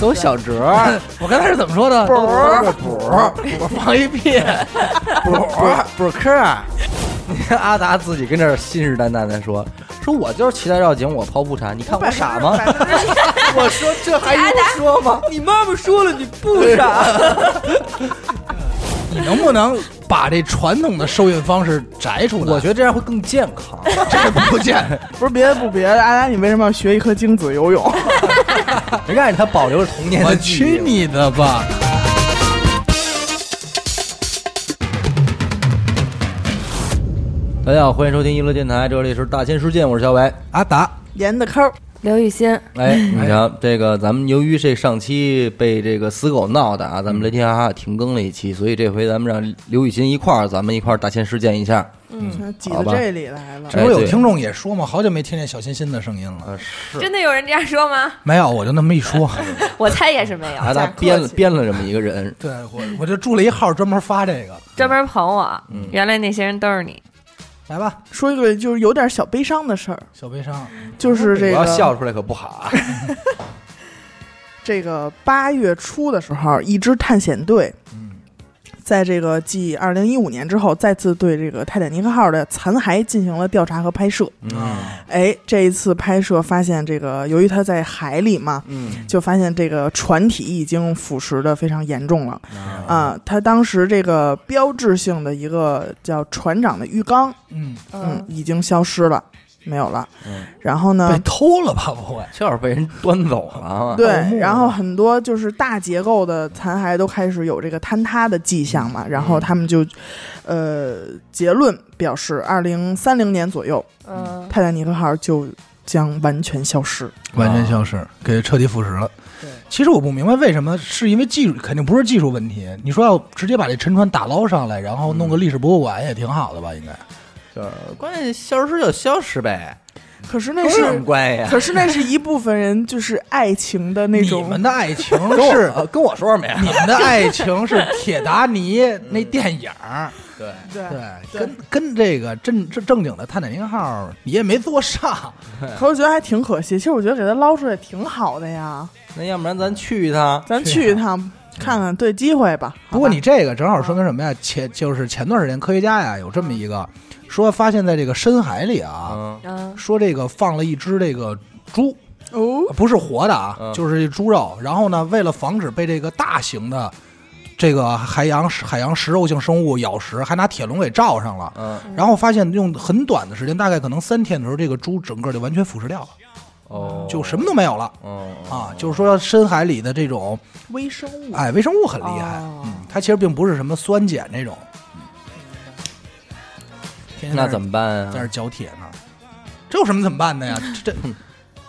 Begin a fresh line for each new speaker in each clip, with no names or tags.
都小折儿，
我刚才是怎么说的？
不是
补，我放一屁！
不是不是坑啊！
你看阿达自己跟这儿信誓旦旦的说，说我就是期待绕颈，我抛不缠，你看我傻吗？
我说这还用说吗？
你妈妈说了，你不傻。
你能不能把这传统的受孕方式摘出来？
我觉得这样会更健康。
这不见
不是别的不别的，阿达，你为什么要学一颗精子 游泳？
人家让他保留着童年
我
的
去
记忆。
你的吧！
大家好，欢迎收听娱乐电台，这里是大千世界，我是小伟。
阿达，
严的抠，
刘雨欣，
哎，你瞧，这个咱们由于这上期被这个死狗闹的啊，咱们雷天哈哈停更了一期，所以这回咱们让刘雨欣一块儿，咱们一块儿大千世界一下。
挤
好
到
吧
嗯这里来了。
这不是有听众也说吗？好久没听见小欣欣的声音了。
真的有人这样说吗？
没有，我就那么一说。
我猜也是没有，
阿达
哎客气
编了编了这么一个人，
对我，我就注了一号专门发这个。
专门捧我。原来那些人都是你，
来吧，
说一个就是有点小悲伤的事儿，
小悲伤。
就是这
我要笑
个
出来可不好啊。
这个八月初的时候，一支探险队，
嗯
在这个继二零一五年之后，再次对这个泰坦尼克号的残骸进行了调查和拍摄。
啊，
哎，这一次拍摄发现，这个由于它在海里嘛，
嗯，
就发现这个船体已经腐蚀的非常严重了。啊，它当时这个标志性的一个叫船长的浴缸，
嗯，
嗯，，已经消失了，没有了。
嗯
然后呢
被，偷了吧？不会，
就是被人端走了啊。
盗墓
对，
了
然后很多就是大结构的残骸都开始有这个坍塌的迹象
嗯
嘛，然后他们就，呃，结论表示，二零三零年左右，
嗯，
泰坦尼克号就将完全消失。
完全消失，给彻底腐蚀了。其实我不明白为什么，是因为技术肯定不是技术问题。你说要直接把这沉船打捞上来，然后弄个历史博物馆也挺好的吧？应该
就是关键消失就消失呗，
可是那
有什
是
么，关系啊？
可是那是一部分人就是爱情的那
你
种
们的爱情
跟我
是
呃跟我说说没？
你们的爱情是铁达尼 那电影儿，
哎对，
对
对，
对
跟跟这个正正正经的泰坦尼克号你也没坐上，
可我觉得还挺可惜。其实我觉得给他捞出来挺好的呀，
那要不然咱去一趟？
咱
去
去一趟看看，对机会吧。好吧
不过你这个正好说明什么呀？前就是前段时间科学家呀有这么一个说，发现在这个深海里啊，
嗯，
嗯，
说这个放了一只这个猪，
哦，
不是活的啊，
嗯
就是这猪肉。然后呢，为了防止被这个大型的这个海洋海洋食肉性生物咬食，还拿铁笼给罩上了。
嗯，
然后发现用很短的时间，大概可能三天的时候，这个猪整个就完全腐蚀掉了，
哦，
就什么都没有了。
哦，哦
啊，就是说深海里的这种，
微生物，
哎，微生物很厉害，
嗯哦
嗯，它其实并不是什么酸碱那种，天天在
那怎么办
在
啊？
那儿嚼铁呢？这有什么怎么 办的呀？这这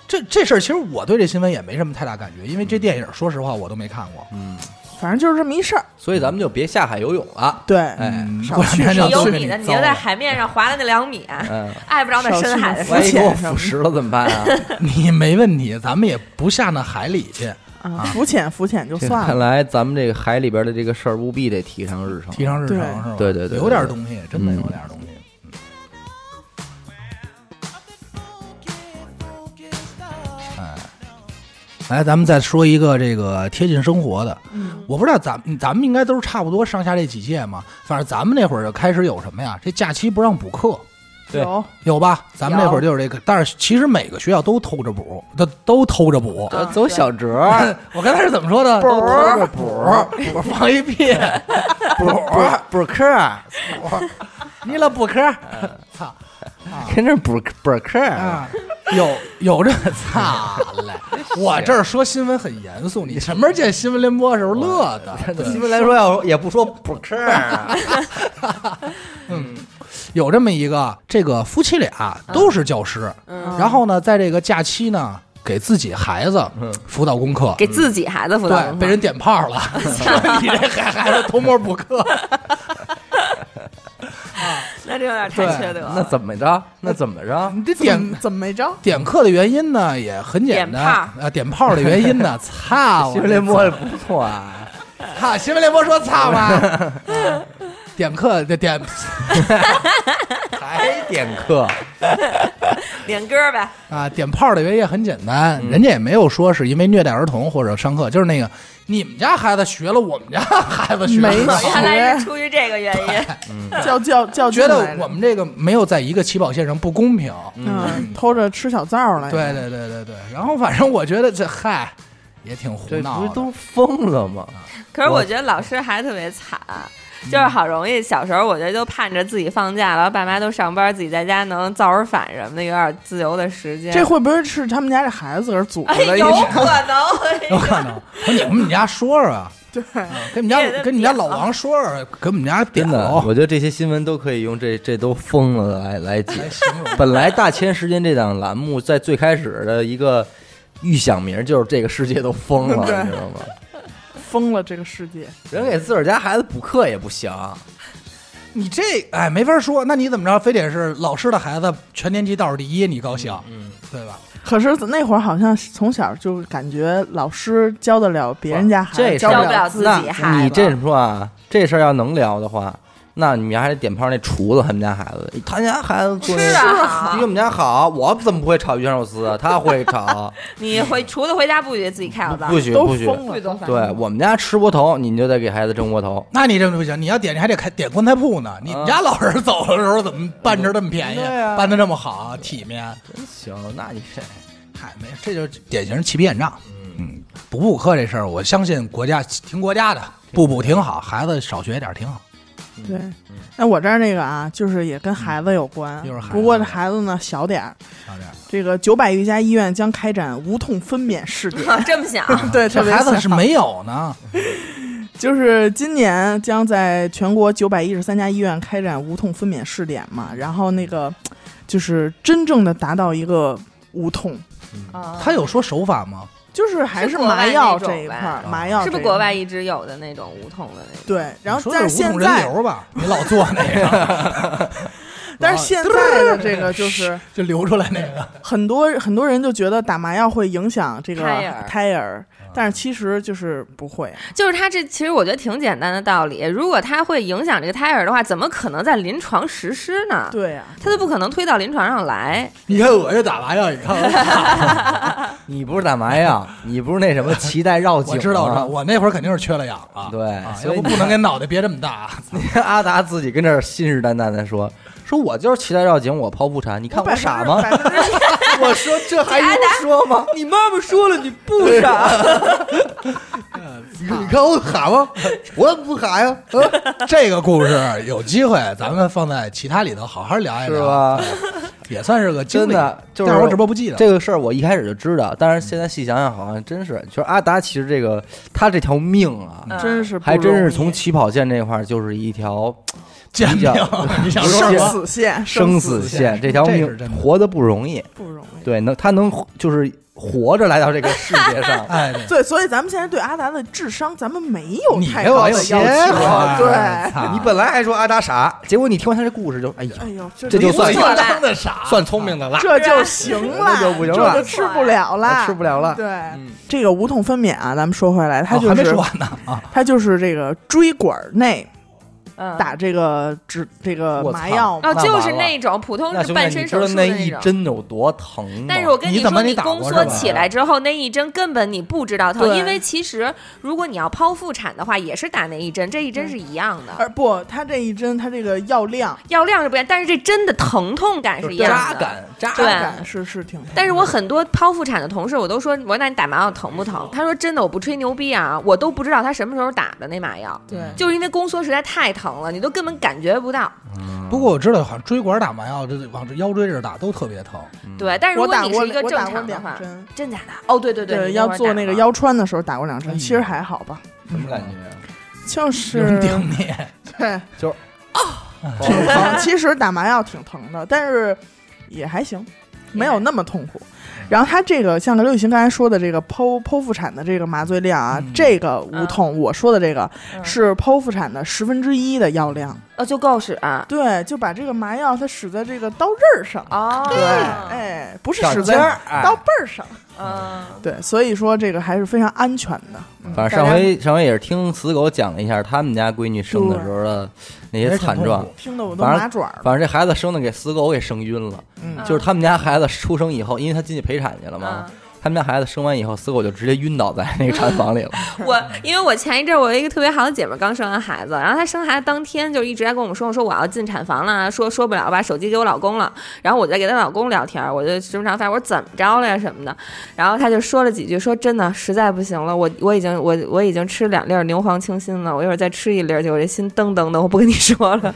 这这事儿，其实我对这新闻也没什么太大感觉，因为这电影说实话我都没看过。
嗯，
反正就是这么一事儿。
所以咱们就别下海游泳了。
对，嗯
哎，
少
过两
去
天
少
就
你有
都给
你的，你
糟
就在
了
海面上划了那两米，
嗯，
碍不着那深海的
少去
万
浮
事
一给我
潜什
腐
么
蚀了怎么办啊？
你没问题，咱们也不下那海里去，
啊，浮潜浮潜就
这
算
看
了。
来咱们这个海里边的这个事儿务必得提上日程。
提上日程
对
是吧？
啊对对对
有点
对对
东西，真的有
嗯
点东西。
嗯
哎，来，咱们再说一个这个贴近生活的。我不知道咱们咱们应该都是差不多上下这几届嘛，反正咱们那会儿就开始有什么呀？这假期不让补课，
对
有
有吧？咱们那
有
会儿就是这个，但是其实每个学校都偷着补，都都偷着补。
走呃走小折儿，
我刚才是怎么说的？
不是
都偷着补，我 放一屁。
不是不是不是坑啊！
你了补科，操
跟这补补课儿，
啊！ 有有这操嘞！我这儿说新闻很严肃，你什么时候见新闻联播的时候乐的？
对
对
新闻来说要也不说补课儿啊，
有这么一个，这个夫妻俩都是教师，
嗯
然后呢，在这个假期呢，给自己孩子辅导功课，
给自己孩子辅导功
对，
课
被人点炮 了，你这孩孩子偷摸补课，
那这有点太缺德了。
那怎么着？那怎么着？
你这
怎
点
么怎么没着？
点课的原因呢也很简
点
单
炮
啊，点炮的原因呢，操，
新闻联播也不错 啊，
哈，新闻联播说操 吗？点课点点，
还点课，
点歌呗，
啊，点炮的原因也很简单，
嗯
人家也没有说是因为虐待儿童或者上课，就是那个你们家孩子学了，我们家孩子学了，
没
那
学
原来是出于这个原因。
叫叫叫进
觉
来
得
着，
我们这个没有在一个起跑线上不公平。
嗯偷着吃小灶来，
对对对对对，然后反正我觉得这嗨也挺 胡
这不
闹
是
的，
都疯了吗？
可是我觉得老师还特别惨。啊就是好容易，小时候我觉得就盼着自己放假，然后爸妈都上班，自己在家能造点反什么的，有点自由的时间。
这会不会是他们家这孩子自个儿组
哎
织的一
有
场？
可能，哎
有可能。我说你跟我们家说说啊，
对，
跟你们家
也得
跟你们家
点
老
了
王说说，跟我们家点
嗯真的，
头
我觉得这些新闻都可以用这这都疯了来来解
来形容。
本来大千时间这档栏目在最开始的一个预想名就是这个世界都疯 了，
对
你知道吗？
疯了这个世界，
人给自个儿家孩子补课也不行，
你这哎没法说，那你怎么着，非得是老师的孩子全年级倒数第一，你高兴，
嗯，
对吧？
可是那会儿好像从小就感觉老师教得了别人家孩
这
子，
事
教
儿啊
不了自己
那
孩子
你这么说啊，这事儿要能聊的话，那你们家还得点炮那厨子他们家孩子，他家孩子做那
吃得好
比我们家好，我怎么不会炒鱼香肉丝啊？他会 炒，
你回除了回家不许自己开小灶，
不许
都
不许。
疯了
会。做饭。
对我们家吃窝头，你就得给孩子蒸窝头。
那你这么不行，你要点你还得开点棺材铺呢。你们家老人走的时候怎么办着这么便宜，
对啊
办的这么好，体面？
行，那你这
嗨，没，这就是典型欺骗账。嗯，补不补课这事儿，我相信国家听国家的，不补挺好，孩子少学一点挺好。嗯
对，那我这儿这个啊，就是也跟孩子有关
嗯又是孩，子
不过这孩子呢小点儿。
少点儿。
这个九百余家医院将开展无痛分娩试 点，
这么想，
对，特
啊这
别
孩子
小
是没有呢，
就是今年将在全国九百一十三家医院开展无痛分娩试点嘛，然后那个就是真正的达到一个无痛，
嗯
嗯
他
他有说手法吗？
就是还
是国外
麻药
那种
这一块儿
吧，
麻药
是
这
不是
一
国
块儿
外一直有的那种无痛的那种？
对，然后
你说
但
的
是
是无
现
痛人
在，
流吧，你老做那 个，
但是现在的这 个就是
就流出来那个。
很多很多人就觉得打麻药会影响这个
胎儿
胎儿，
啊
但是其实就是不会，啊
就是它这其实我觉得挺简单的道理，如果它会影响这个胎儿的话，怎么可能在临床实施呢？
对啊呀、
它都不可能推到临床上来。
你看我这打麻药，你看 我，
你不是打麻药，你不是那什么脐带绕颈
我知道了，
吗？
我那会儿肯定是缺了氧了。
对
啊，要
所以
不
你
不能给脑袋憋这么大啊。
阿达自己跟这儿信誓旦旦的说：“说我就是脐带绕颈，我剖腹产，你看我傻吗
百 分之？”
我说：“这还用说 吗？
你妈妈说了，你不傻。
你看我傻吗？我怎么不傻呀？啊
这个故事有机会咱们放在其他里头好好聊一
是
聊，
吧？
也算是个经
真
历
的，就是
但是我只不过不记得。
这个事儿，我一开始就知道，但是现在细想想，好像真是，就是阿达其实这个他这条命啊，
嗯
真是不
还真
容
是
易
从起跑线这块儿就是一条
煎饼
比较，
你想说什
生
么？
死线，
生
死
死
线
线，这条
这是
命
真的
活的不容易。
不容易。
对，能他能就是活着来到这个世界 上，
哎，对，
对，所以咱们现在对阿达的智商，咱们没有
你
太
给
高
我
的
有
要
结
求。啊
啊
果，
对，
操
你本来还说阿达傻，结果你听完他这故事就，哎呀，啊
哎呦，这
这就算
理
这
所
当的傻，
算聪明的了，
这就行了，
这就不行
这
了啊
就吃不了了，
吃不了了。
对，
嗯
这个无痛分娩啊，咱们说回来，它
哦
就
还没
是、
说完呢啊！
它就是这个椎管内
嗯，
打这个止这个
我操
麻药嘛，
哦，
那
就是
完了
那种普通
那兄
半
弟，
身
你知
手
道
术
那
的
一
种。
针有多疼啊吗？
但是我跟
你
你
怎么
说，
你
你
打过
宫
是
缩
吧
起来之后，那一针根本你不知道疼，
对
因为其实如果你要剖腹产的话，也是打那一针，这一针是一样的，
而不，它这一针它这个药量
药量是不一样，但是这针的疼痛感是一样的。
扎感扎
对
感是是挺，
但是我很多剖腹产的同事，我都说，我说那你打麻药疼不疼？他说真的，我不吹牛逼啊，我都不知道他什么时候打的那麻药，
对，
就是因为宫缩实在太疼了，你都根本感觉不到。
嗯
不过我知道，好像椎管打麻药，这往这腰椎这儿打都特别疼。
嗯
对，但是如
我
果
打
你
过
是一个
我
正
打过
常的话
两，针。
真假的？哦，对对对，你
要
那会儿
做
打
那个
了
腰穿的时候打过两针，其实还好吧，
什么感觉？
就
有
是
人顶你，
对，
哦
挺疼。 其实打麻药挺疼的，但是也还行，没有那么痛苦。然后它这个像刘雨欣刚才说的这个剖剖腹产的这个麻醉量啊，
嗯
这个无痛，我说的这个、
嗯
是剖腹产的十分之一的药量。
哦，就够使啊。
对，就把这个麻药它使在这个刀刃儿上，
哦，
对，，
啊
哎，不是
小
使
尖
在
儿，哎
刀背儿上。
嗯，
对，所以说这个还是非常安全的。嗯，
反正上回上回也是听死狗讲了一下他们家闺女生的时候的那些惨状，
听得我都麻爪了。
反正这孩子生的给死狗给生晕了，
嗯
啊
就是他们家孩子出生以后，因为他进去陪产去了嘛
嗯，
他们家孩子生完以后，死狗就直接晕倒在那个产房里 了。
我因为我前一阵儿我有一个特别好的姐妹刚生完孩子，然后她生孩子当天就一直在跟我们说，我说我要进产房了，啊说说不了，把手机给我老公了。然后我就在给她老公聊天儿，我就时不常发现我说怎么着了呀什么的，然后她就说了几句，说真的实在不行了，我我已经我我已经吃两粒儿牛黄清心了，我一会儿再吃一粒儿去，我这心噔噔的，我不跟你说了。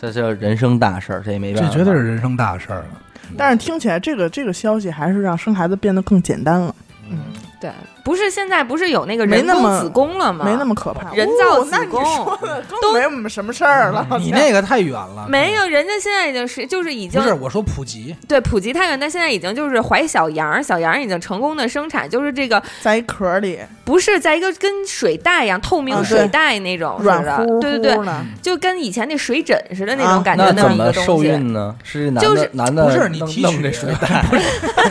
这是人生大事儿，这也没办
这
法。
绝对是人生大事儿了。
嗯但是听起来这个这个消息还是让生孩子变得更简单了，
对，不是现在不是有那个人
没那
工
么
子宫了吗？
没那么可怕。
啊
嗯
人造
哦那
子
你
宫
说的更
都
没我们什么事儿了。好像
你那个太远了，
没有，人家现在已经是就是已经
不是我说普及，
对普及太远，但现在已经就是怀小羊儿，小羊儿已经成功的生产，就是这个
在一壳里
不是在一个跟水袋一样透明
啊
水
对
袋那种似
软
的，
乎乎
哦对对对，
的，
就跟以前那水枕似的那种
啊
感觉
那
么
怎
一
么
个
受
东西。
孕呢？是男
就
的
是
男的
不是你
弄
提
弄
取
这水袋，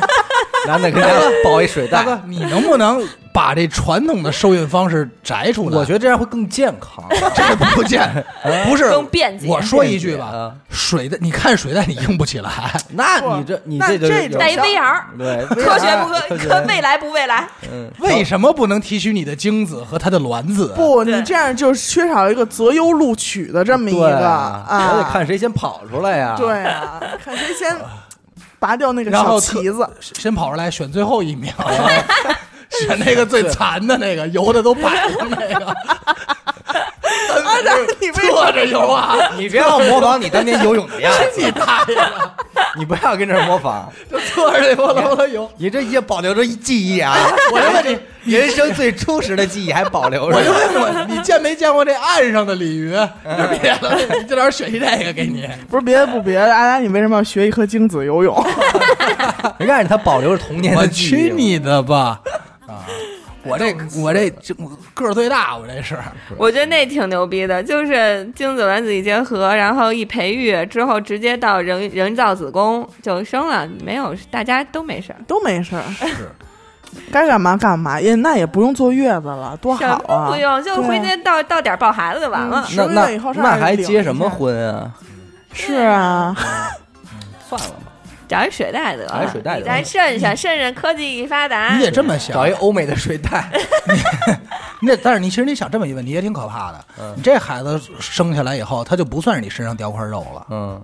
男的给 他抱一水
大
袋。
哥，你能不能把这传统的受孕方式摘出来？
我觉得这样会更健康。
这不见， 不是
更便捷
我说一句吧，
啊，
水的，你看水袋你硬不起来，
那你这你
那
这就
这
有
种
带一 VR，
对啊
科学不科科未来不未来？
嗯，
为什么不能提取你的精子和它的卵子？，
不，
对
你这样就缺少一个择优录取的这么一
对
个
啊
啊，
我得看谁先跑出来呀。
对啊，看谁先拔掉那个
然
小
后
旗子。
先跑出来选最后一 名，选那个最残的那个，油的都白了 那个，
啊，但 是你为什
坐
么
着游 啊，
你别要模仿你当年游泳的样子，
你大爷的，
你不要跟这儿模仿，
就坐着这波罗罗游。
你这也保留着一记忆 啊！
我就问你，
你人生最初始的记忆还保留
我就
着。
问我，你见没见过这岸上的 鲤鱼？就别了， 你这哪儿选一这个给你？
不是别的不别的，阿达，你为什么要学一颗精子游泳？
人家让他保留着童年
我
的记忆。
去！ 你的吧！ 啊，我这我这这个儿最大，我这是
我觉得那挺牛逼的，就是精子卵子一结合，然后一培育之后，直接到人人造子宫就生了，没有大家都没事儿。
都没事儿，该干嘛干嘛，也那也不用坐月子了，多好
什么
啊！
不用，就
对嗯
回家到到点儿抱孩子就完了。
啊那
十个月以
那
后上
那
来
还
领
结
一
什么
下
婚啊？
是啊，
算了吧，
找一水袋得了，
找一水袋得了嗯
你咱慎慎慎慎，科技一发达，
你得这么想
找一。欧美的睡袋。
你得，但是你其实你想这么一问，你也挺可怕的。
嗯
你这孩子生下来以后，他就不算是你身上掉块肉 了。
嗯，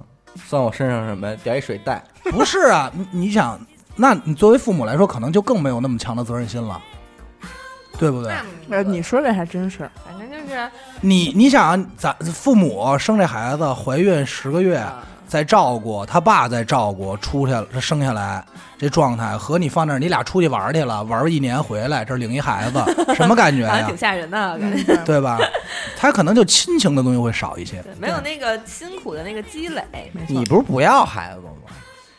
算我身上什么呀？掉一水袋。
不是啊，你你想，那你作为父母来说，可能就更没有那么强的责任心了，对不对
那？
啊
呃，你说这还真是，
反正就是
你你想啊，咱父母生这孩子，怀孕十个月，
嗯
再照顾他爸，再照顾出去了生下来这状态，和你放那儿，你俩出去玩去了，玩一年回来，这儿领一孩 子，什么感觉
好
呀
像挺？吓人的，感觉
对 吧？他可能就亲情的东西会少一些。
没有那个辛苦的那个积累。
没错
你不是不要孩子吗？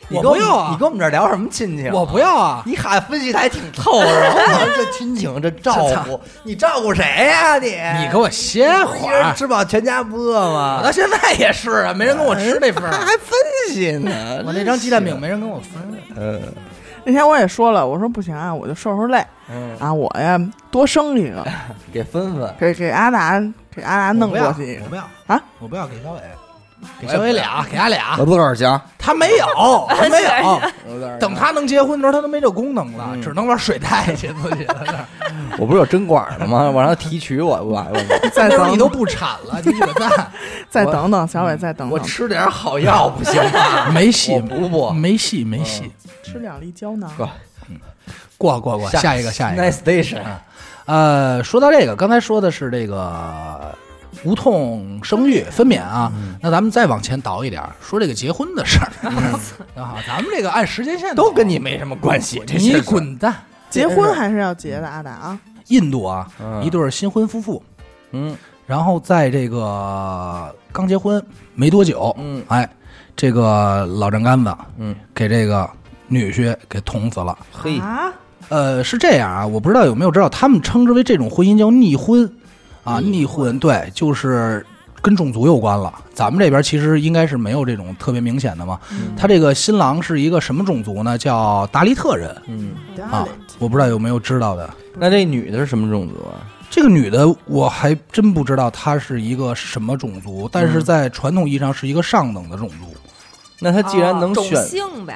你
我
跟
不要啊
你跟我们这儿聊什么亲情？
我不要啊！
你喊分析的还挺透着，我这亲情这照 顾，你照顾谁呀、你
你给我歇
一
会
人
儿，
吃饱全家不饿
我
吗
到？现在也是啊，没人跟我吃那份儿。
还分析呢？
我那张鸡蛋饼没人跟我分，
嗯
那天我也说了，我说不行啊，我就受受累
嗯，
啊，我呀多生一 个，
给分分。
给给阿达给阿达弄
我不要
过去一
我
个
不要
啊！
我不要给小伟，给小伟俩，给他俩，啊
不告诉行，
他没 有，他没有。
我告诉你
等他能结婚的时候，他都没这功能了，
嗯
只能玩水袋去自己在那 儿。
我不是有针管的吗？我让他提取我不完了 吗？
再
那时候你
等
都不产了，你怎么办？
再
我
等等，小伟再等
我
等，
吃点好药不行吗？
没戏
我，不不，
没戏，没戏。
吃两粒胶囊，
哥
嗯过过过，下一个，下一个。
，Nice Station，
呃，说到这个，刚才说的是这个无痛生育分娩啊，
嗯
那咱们再往前倒一点儿，说这个结婚的 事儿。啊，咱们这个按时间线
都跟
你
你没什么关系。这些事
你
儿，
滚蛋。
结婚还是要结的，阿达啊，
印度啊，
嗯
一对儿新婚夫妇，
嗯
然后在这个刚结婚没多久，
嗯
哎，这个老丈杆子
嗯，
给这个女婿给捅死了。
嘿，
啊，
呃，是这样啊，我不知道有没有知道，他们称之为这种婚姻叫逆婚啊，逆婚，对，就是跟种族有关了。咱们这边其实应该是没有这种特别明显的嘛。他这个新郎是一个什么种族呢？叫达利特人
嗯，
啊，我不知道有没有知道的。
那这女的是什么种族啊？
这个女的我还真不知道她是一个什么种族，但是在传统意义上是一个上等的种族。
那她既然能
哦种
选，
姓吧，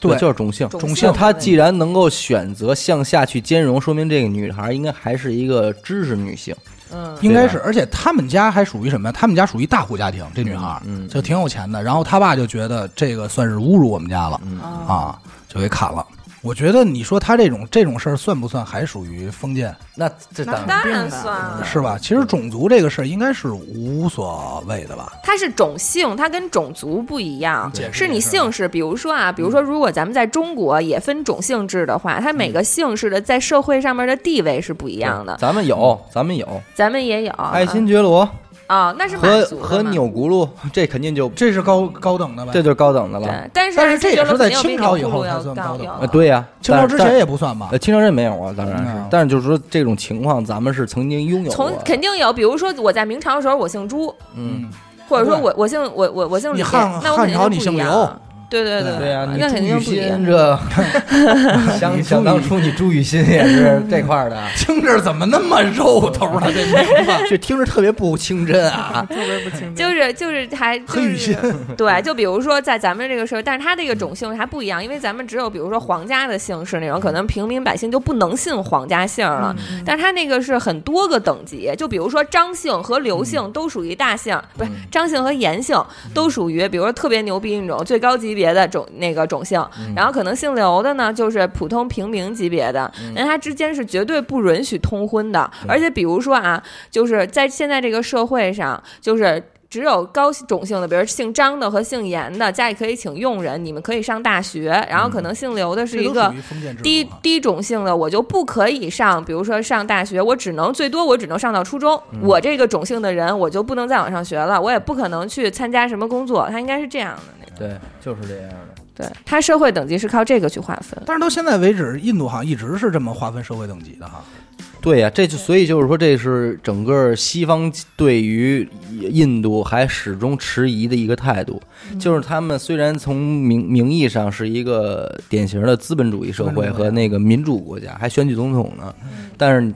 对
就是种姓。
种
种姓
那她既然能够选择向下去兼容，说明这个女孩应该还是一个知识女性。
嗯
应该是，而且他们家还属于什么呀？他们家属于大户家庭，这女孩儿
嗯嗯
就挺有钱的。然后他爸就觉得这个算是侮辱我们家了
嗯
啊，
啊，就给砍了。我觉得你说他这种这种事儿算不算还属于封建，
那这当然
当然算
嗯
了。
是吧？其实种族这个事儿应该是无所谓的吧？
它是种姓，它跟种族不一样
对，
是你姓氏。比如说啊，比
嗯
如说，如果咱们在中国也分种姓制的话，它每个姓氏的在社会上面的地位是不一样的。嗯
咱们有，咱们有
咱们也有
爱新觉罗
啊，那是满
和
族的
和
嘛
钮钴禄，这肯定就
这是高高等的吧？
这就是高等的了。
对，但是
但是
爱新
这也
觉罗
是在
肯定
清
比
朝以
钮钴
后
禄
才
要
算
高
高等
要
啊，对呀，
清朝之前
也
也不算吧
呃，？清朝人没有啊，当然
嗯
是。但是就是说这种情况，咱们是曾经拥有啊过
从
的。
肯定有，比如说我在明朝的时候，我姓朱，
嗯，
或者说
对
我我姓我我我姓
你
李，
汉
那我肯
汉朝
定
你
就不
姓
一样
刘
啊。对对对，
对啊，你
那肯定
朱雨
不一
欣
样。
这， 想想当初你朱雨欣也是这块 儿的，
听着怎么那么肉头呢？
嗯
这名 字
这听着特别不清真啊。
特别不清楚。
就是就是还就
黑雨
是
欣
对，就比如说在咱们这个时候，但是他这个种姓还不一样，因为咱们只有比如说皇家的姓氏那种，可能平民百姓就不能姓皇家姓
嗯
了。
嗯
但是他那个是很多个等级，就比如说张姓和刘
嗯
姓都属于大姓，不是张姓和严姓都属于，比如说特别牛逼那种最高级别的种那个种姓，
嗯
然后可能姓刘的呢就是普通平民级别的，
嗯
那他之间是绝对不允许通婚的。而且比如说啊，就是在现在这个社会上，就是。只有高种姓的，比如姓张的和姓严的，家里可以请佣人，你们可以上大学。然后可能姓刘的是一
嗯这都
个
属于封建制度
低
啊
低种姓的，我就不可以上，比如说上大学，我只能最多我只能上到初中。
嗯
我这个种姓的人，我就不能再往上学了，我也不可能去参加什么工作。他应该是这样的那种，
对，啊就是这样的。
对他社会等级是靠这个去划分。
但是到现在为止，印度好像一直是这么划分社会等级的哈。
对呀、这就所以就是说，这是整个西方对于印度还始终迟疑的一个态度，就是他们虽然从名名义上是一个典型的资本主义社啊嗯
资本
会
主义国
和
家
那个民主国家，还选举总统呢，但是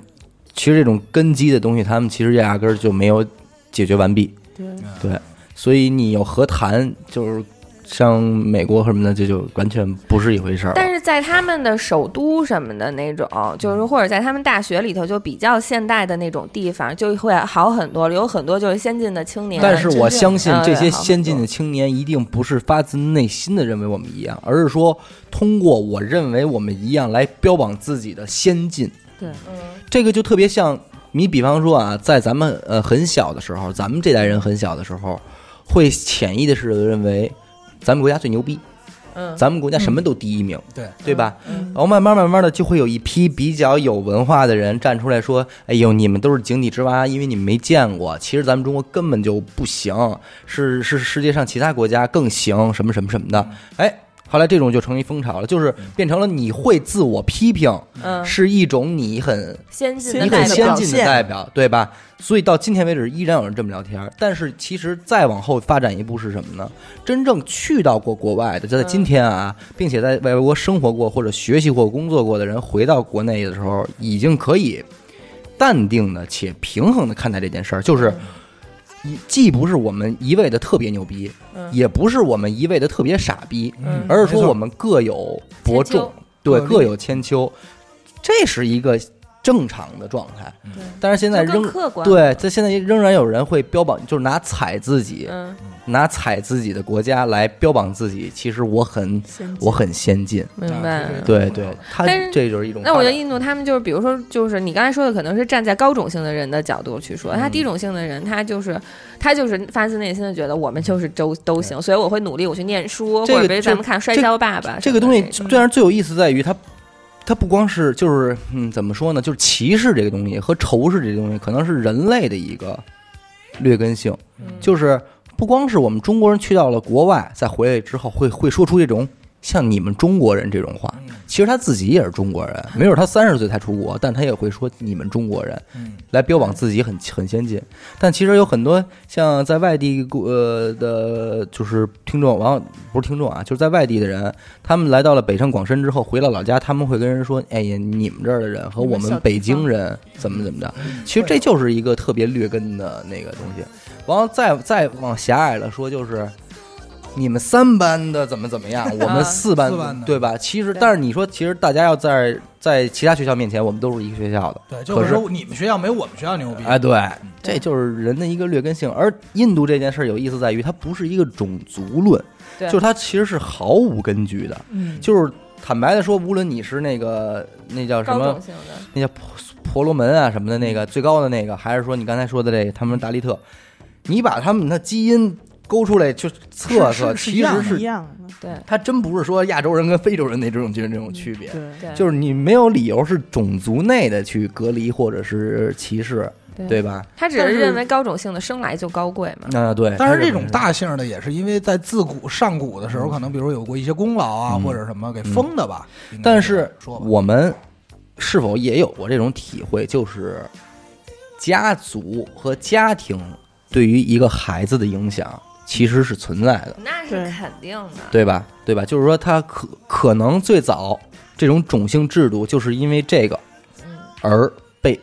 其实这种根基的东西，他们其实压根儿就没有解决完毕。
嗯
对，所以你有和谈，就是像美国什么的，这就完全不是一回事儿了。
但是在他们的首都什么的那种，就是或者在他们大学里头就比较现代的那种地方，就会好很多，有很多就是先进的青年。
但是我相信这些
嗯
先进的青年一定不是发自内心的认为我们一样，而是说通过我认为我们一样来标榜自己的先进。
对，
这个就特别像你，比方说啊，在咱们呃很小的时候，咱们这代人很小的时候，会潜意识的认为咱们国家最牛逼，
嗯
咱们国家什么都第一名，
对，
对吧？
嗯
然后慢慢慢慢的就会有一批比较有文化的人站出来说：“哎呦，你们都是井底之蛙，因为你们没见过。其实咱们中国根本就不行，是是世界上其他国家更行，什么什么什么的。”哎，后来这种就成一风潮了，就是变成了你会自我批评，
嗯，
是一种你很
先进的
你
代
很
表
先进的
现
代表，对吧？所以到今天为止，依然有人这么聊天儿。但是其实再往后发展一步是什么呢？真正去到过国外的，就在今天啊，并且在外国生活过或者学习或工作过的人，回到国内的时候，已经可以淡定的且平衡的看待这件事儿，就是。一既不是我们一味的特别牛逼，也不是我们一味的特别傻逼，
嗯
而是
没
说
错
我们各有伯
千
仲
秋，
对，
各有
各有千秋，这是一个正常的状态。但是现在
就更
仍
客观。，
对，在现在仍然有人会标榜，就是拿踩自己，
嗯，
拿踩自己的国家来标榜自己。其实我很，我很先进。
嗯
明白。
对对，他
但是
这就是一种发展。
那我觉得印度他们就是，比如说，就是你刚才说的，可能是站在高种姓的人的角度去说，
嗯
他低种姓的人，他就是他就是发自内心的觉得我们就是都都行，所以我会努力，我去念书，
这个
或者比如
这
咱们看《摔跤爸爸》
这个东西
什么的
最让人最有意思在于它，它不光是就是嗯，怎么说呢？就是歧视这个东西和仇视这个东西，可能是人类的一个劣根性，
嗯
就是不光是我们中国人去到了国外，再回来之后会会说出这种像你们中国人这种话。其实他自己也是中国人，没准他三十岁才出国，但他也会说你们中国人，来标榜自己很很先进。但其实有很多像在外地呃的，就是听众，往往不是听众啊，就是在外地的人，他们来到了北上广深之后，回到老家，他们会跟人说：“哎呀，你们这儿的人和我们北京人怎么怎么着。”
嗯
其实这就是一个特别劣根的那个东西。然后再再往狭隘了说，就是你们三班的怎么怎么样，我们四班
啊四班的
对吧？其实，
对
但是你说，其实大家要在在其他学校面前，我们都是一个学校的。
对，就
可
是
是
说你们学校没我们学校牛逼。
哎，对，这就是人的一个劣根性。而印度这件事儿有意思在于，它不是一个种族论，
对
就是它其实是毫无根据的。
嗯，
就是坦白的说，无论你是那个那叫什
高
么
种，性的，
那叫婆婆罗门啊什么的那个最高的那个，还是说你刚才说的这个他们达利特，你把他们的基因勾出来就测
是
测，
是
其实
一
是
样的，
对
它真不是说亚洲人跟非洲人那种这种区别。
对，
对，
就是你没有理由是种族内的去隔离或者是歧视，
对
对吧？
他只
但
是
是
认为高种性的生来就高贵嘛。
啊，对。
但是这种
它
大姓儿的也是因为在自古上古的时候，可能比如有过一些功劳啊，
嗯
或者什么给封的吧。应该
但是
说吧，
我们是否也有过这种体会，就是家族和家庭对于一个孩子的影响其实是存在的，
那是
对
肯定的，
对吧？对吧？就是说，他可可能最早这种种姓制度就是因为这个
嗯，
而被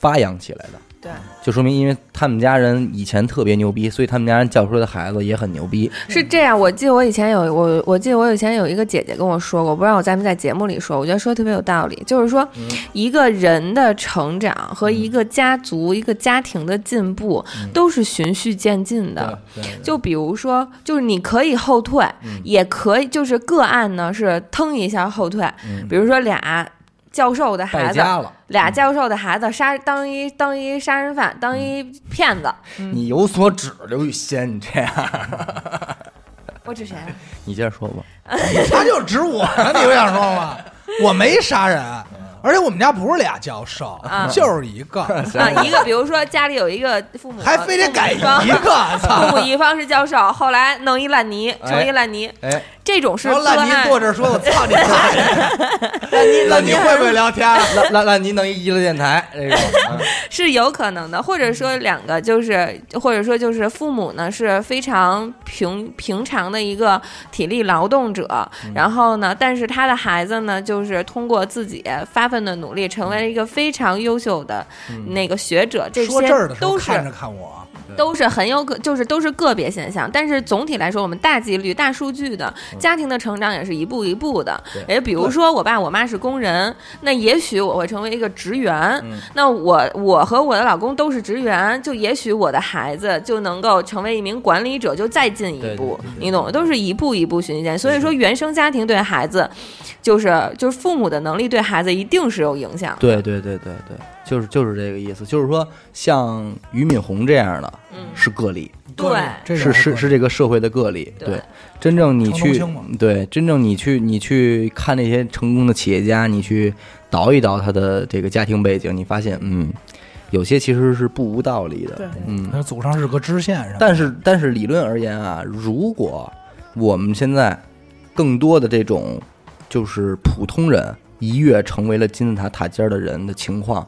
发扬起来的。
对，
就说明因为他们家人以前特别牛逼，所以他们家人教出来的孩子也很牛逼。
是这样。我记得我以前有我，我记得我以前有一个姐姐跟我说过，我不知道我在没在节目里说，我觉得说得特别有道理，就是说、一个人的成长和一个家族、一个家庭的进步、都是循序渐进的。就比如说，就是你可以后退，也可以就是个案呢是腾一下后退。比如说俩教授的孩
败
子，
家了，
俩教授的孩子杀当一当一杀人犯，当一骗子。
你有所指，刘雨欣，你这样，
我指谁啊？
你接着说吧。
他就指我呢，你不想说吗？我没杀人，
嗯
而且我们家不是俩教授，
啊
就是一 个，
啊，一个比如说家里有一个父母，
还非得改一
父母一方。
个，
父母
操！
一方是教授，后来弄一烂泥，成一烂泥，
哎，
这种是
然后
个
烂泥坐
案。
这儿说：“我操你妈呀！”烂泥，烂泥会不会聊天？
啊那那那您能一乐电台这种，啊
是有可能的，或者说两个就是，或者说就是父母呢是非常平平常的一个体力劳动者，
嗯
然后呢，但是他的孩子呢，就是通过自己发奋的努力，成为一个非常优秀的那个学者，这
嗯说
些
这儿的时候
都是
看着看我，
都是很有可，就是都是个别现象，但是总体来说，我们大几率、大数据的家庭的成长也是一步一步的。也比如说，我爸我妈是工人，那也许我会成为一个职员，那我我和我的老公都是职员，就也许我的孩子就能够成为一名管理者，就再进一步，你懂吗？都是一步一步循序渐进。所以说，原生家庭对孩子，就是就是父母的能力对孩子一定是有影响。
对对对对对，就是就是这个意思，就是说像俞敏洪这样的
嗯，
是个例，
对
这
是是是这个社会的个例。
对
对，真正你
成龙
去
青嘛
对真正你去你去看那些成功的企业家，你去倒一倒他的这个家庭背景，你发现嗯，有些其实是不无道理
对
的。嗯，
那祖上是个知县，是吧？
但是但是理论而言啊，如果我们现在更多的这种就是普通人一跃成为了金字塔塔尖儿的人的情况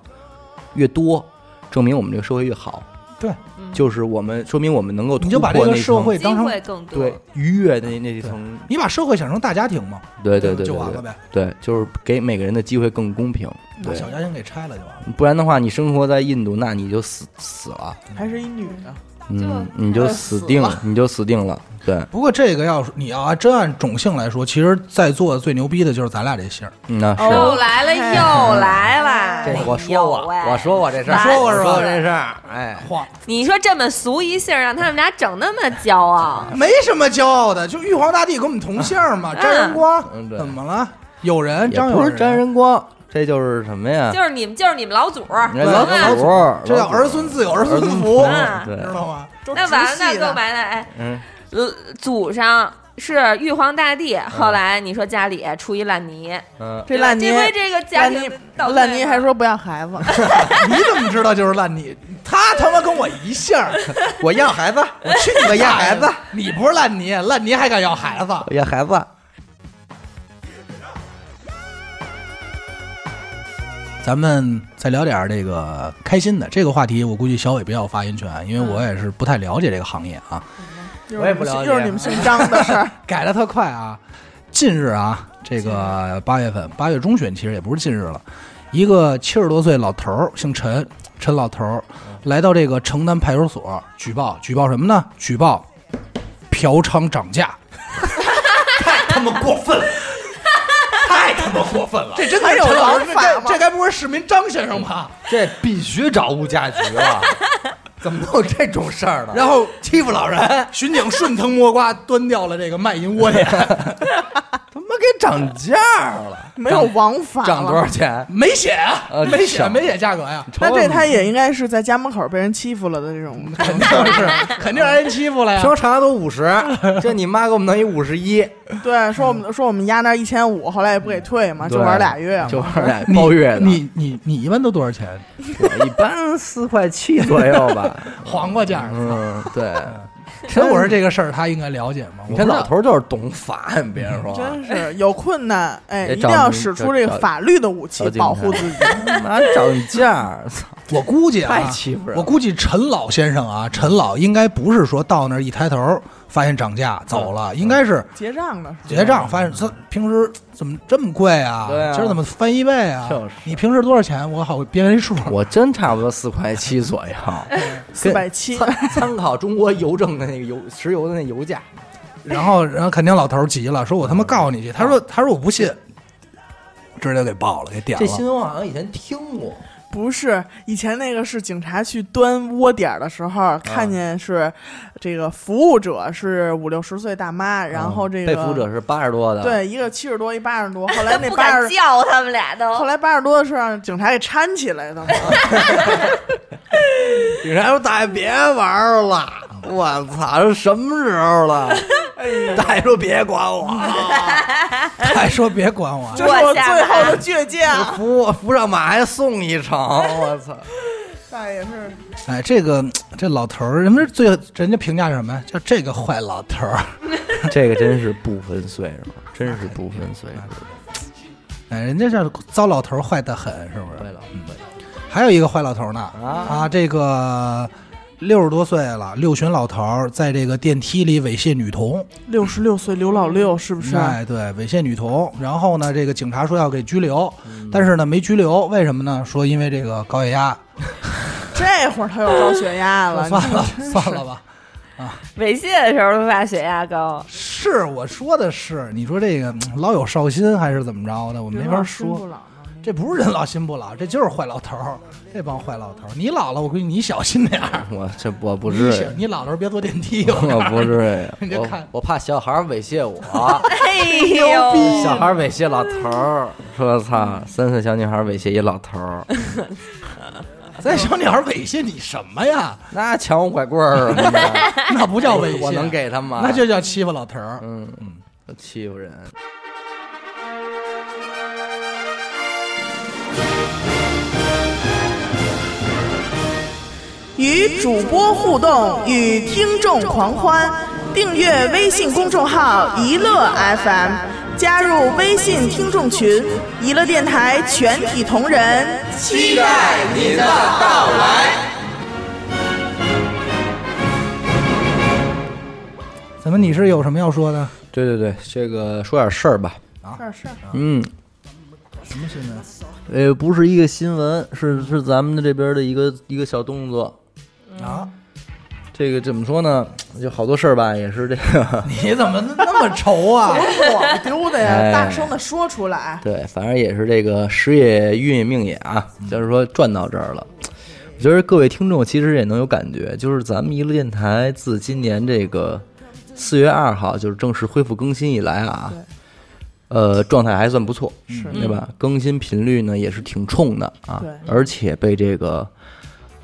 越多，证明我们这个社会越好。
对，
就是我们说明我们能够突
你就把
破
这个
那
社
层
会
机
当成
嗯会更多。
对愉悦的那那一层，
你把社会想成大家庭嘛，
对对对
就
对
完了
对
呗，
对，就是给每个人的机会更公平。
把
对，
小家庭给拆了就完了。
不然的话，你生活在印度，那你就死死了，
还是一女的，
嗯，你就死定了，你就死定了。对，
不过这个要是你要啊真按种姓来说，其实在座的最牛逼的就是咱俩这姓儿。
那是。
又来了，又来了！
这
我
哎
说
呦
我，
喂
我说我这事儿，
你说
我
我是吧
我这事儿，哎，
晃，
你说这么俗一姓儿，让他们俩整那么 骄傲，
没什么骄傲的，就玉皇大帝跟我们同姓儿嘛，张仁光，
嗯对
怎么了？有人
也
张
不
有
是
人，
沾人光，这就是什么呀？
就是你们，就是你们老祖儿，嗯
你看老
行吧
祖儿，
这叫
老祖儿
儿嗯孙自有儿孙福，
儿
孙福嗯
知
对
道吗？
那完了，
直系
那
的
够完了，哎，
嗯，
呃祖上是玉皇大帝，后来你说家里出一烂泥，
嗯，
这烂泥
对吧这回这个家
烂
庭
泥
的倒退
烂泥
了
还说不要孩子，
你怎么知道就是烂泥？他他妈跟我一姓儿，
我要孩子，
我去你
我
的
要孩子，
你不是烂泥，烂泥还敢要孩子？
我要孩子，
咱们再聊点儿这个开心的这个话题，我估计小伟比较有发言权，因为我也是不太了解这个行业啊。
又
我
是
也
你
不
们
了
姓又
解
是
啊
你们姓张的事 儿，
改的特快啊！近日啊，这个八月份，八月中旬，其实也不是近日了，一个七十多岁老头儿，姓陈，陈老头儿来到这个城南派出所举报，举报什么呢？举报嫖娼涨价。
他妈过分了，太他妈过分了，
这真
还有
老
玩法吗
这该不是市民张先生吧？
这必须找物价局 了，怎么能有这种事儿呢？
然后欺负老人，巡警顺藤摸瓜端掉了这个卖淫窝点，
他妈给涨价了，
没有王法
涨多少
了。
钱？
没写啊
呃，
没
少
写，没写价格呀。
那这他也应该是在家门口被人欺负了的这种，
肯定是，肯定让人欺负了呀！
平常都五 十，这你妈给我们弄一五十一，
对，啊说我们说我们压那一千五，后来也不给退嘛，就
对
玩俩月嘛，
就玩俩包月的，
你你你一般都多少钱？
我一般四块七左右吧。
黄瓜价儿。
嗯，对，
所以我说这个事儿他应该了解吗？
你看
我不知道
老头儿就是懂法，你别说，
真是有困难，哎，
得
一定
找
要
你
使
找
出这个
找
法律的武器
找警
保护
察
自己。
妈涨价，操，
我估计
太
啊，
欺负人了。
我估计陈老先生啊，陈老应该不是说到那儿一抬头发现涨价走了，
嗯
应该是
结账的时候，
结账发现这平时怎么这么贵啊？
对啊
今儿怎么翻一倍啊？
就是
你平时多少钱？我好编一数。
我真差不多四块七左 右，
哎四百七，
参参考中国邮政的那个油石油的那油价，
然后然后肯定老头儿急了，说我他妈告你去。他
嗯
说他说我不信，直接给报了，给点
这新
了。
闻好像以前听过，
不是以前那个是警察去端窝点儿的时候，看见是这个服务者是五六十岁大妈，然后这个
啊被服务者是八十多的，，
对一个七十多一八十多，后来那
不
八
敢
十
叫他们俩都
后。来八十多的是让警察给搀起来 的嘛，
警察说大爷别玩了，我操，这什么时候了？
哎
大爷说别管我，
还说别管我，
这是我最后的倔 强。
扶我扶上马还送一程，我操，
大爷是
哎，这个这老头儿，人们最人家评价是什么呀？叫这个坏老头儿。
这个真是不分岁数，真是不分岁数，
哎，人家叫糟老头儿坏得很，是不
对
是？
了，
还有一个坏老头儿呢
啊
这个六十多岁了，六旬老头儿在这个电梯里猥亵女童，
六十六岁刘老六，是不是？
啊
哎，对，猥亵女童。然后呢，这个警察说要给拘留，
嗯
但是呢没拘留，为什么呢？说因为这个高血压，
这会儿他又高血 压 了，
算了算了吧。
猥亵的时候都怕血压高，
是我说的是，你说这个嗯老有少心还是怎么着的？我
你
没
知道
法
心
说
不。老吗
这不是人老心不老， 这就是坏老头儿。这帮坏老头儿，你老了，我估计你小心点儿。
我这我不
你
至
小
于。
你老的时候别坐电梯。我告
我
诉
不
你
至
你
于，
就
我
看
我怕小孩儿猥亵我，
哎 呦，
小孩儿猥亵老头儿，说操，三岁小女孩儿猥亵一老头儿，
咱小女孩猥亵你什么 呀？
那抢我拐棍儿什么的，
那不叫猥亵，
我能给他吗？
那就叫欺负老头儿。
嗯嗯，欺负人。
与主播互动，与听众狂欢。订阅微信公众号“一乐 FM”，加入微信听众群，一乐电台全体同仁期待
哎
您的到来。
怎么你是有什么要说的？
对对对，这个说点事儿吧。
是是，
嗯，
什么新闻？
呃，不是一个新闻，是是咱们这边的一个一个小动作。
啊，
这个怎么说呢？就好多事儿吧，也是这个。
你怎么那么愁 啊？
我丢的
哎
呀，大声的说出来。
对，反正也是这个时也运也命也啊，
嗯
就是说赚到这儿了。我觉得各位听众其实也能有感觉，就是咱们一路电台自今年这个四月二号就是正式恢复更新以来啊，呃，状态还算不错，
是嗯
对吧？更新频率呢也是挺冲的啊
对，
而且被这个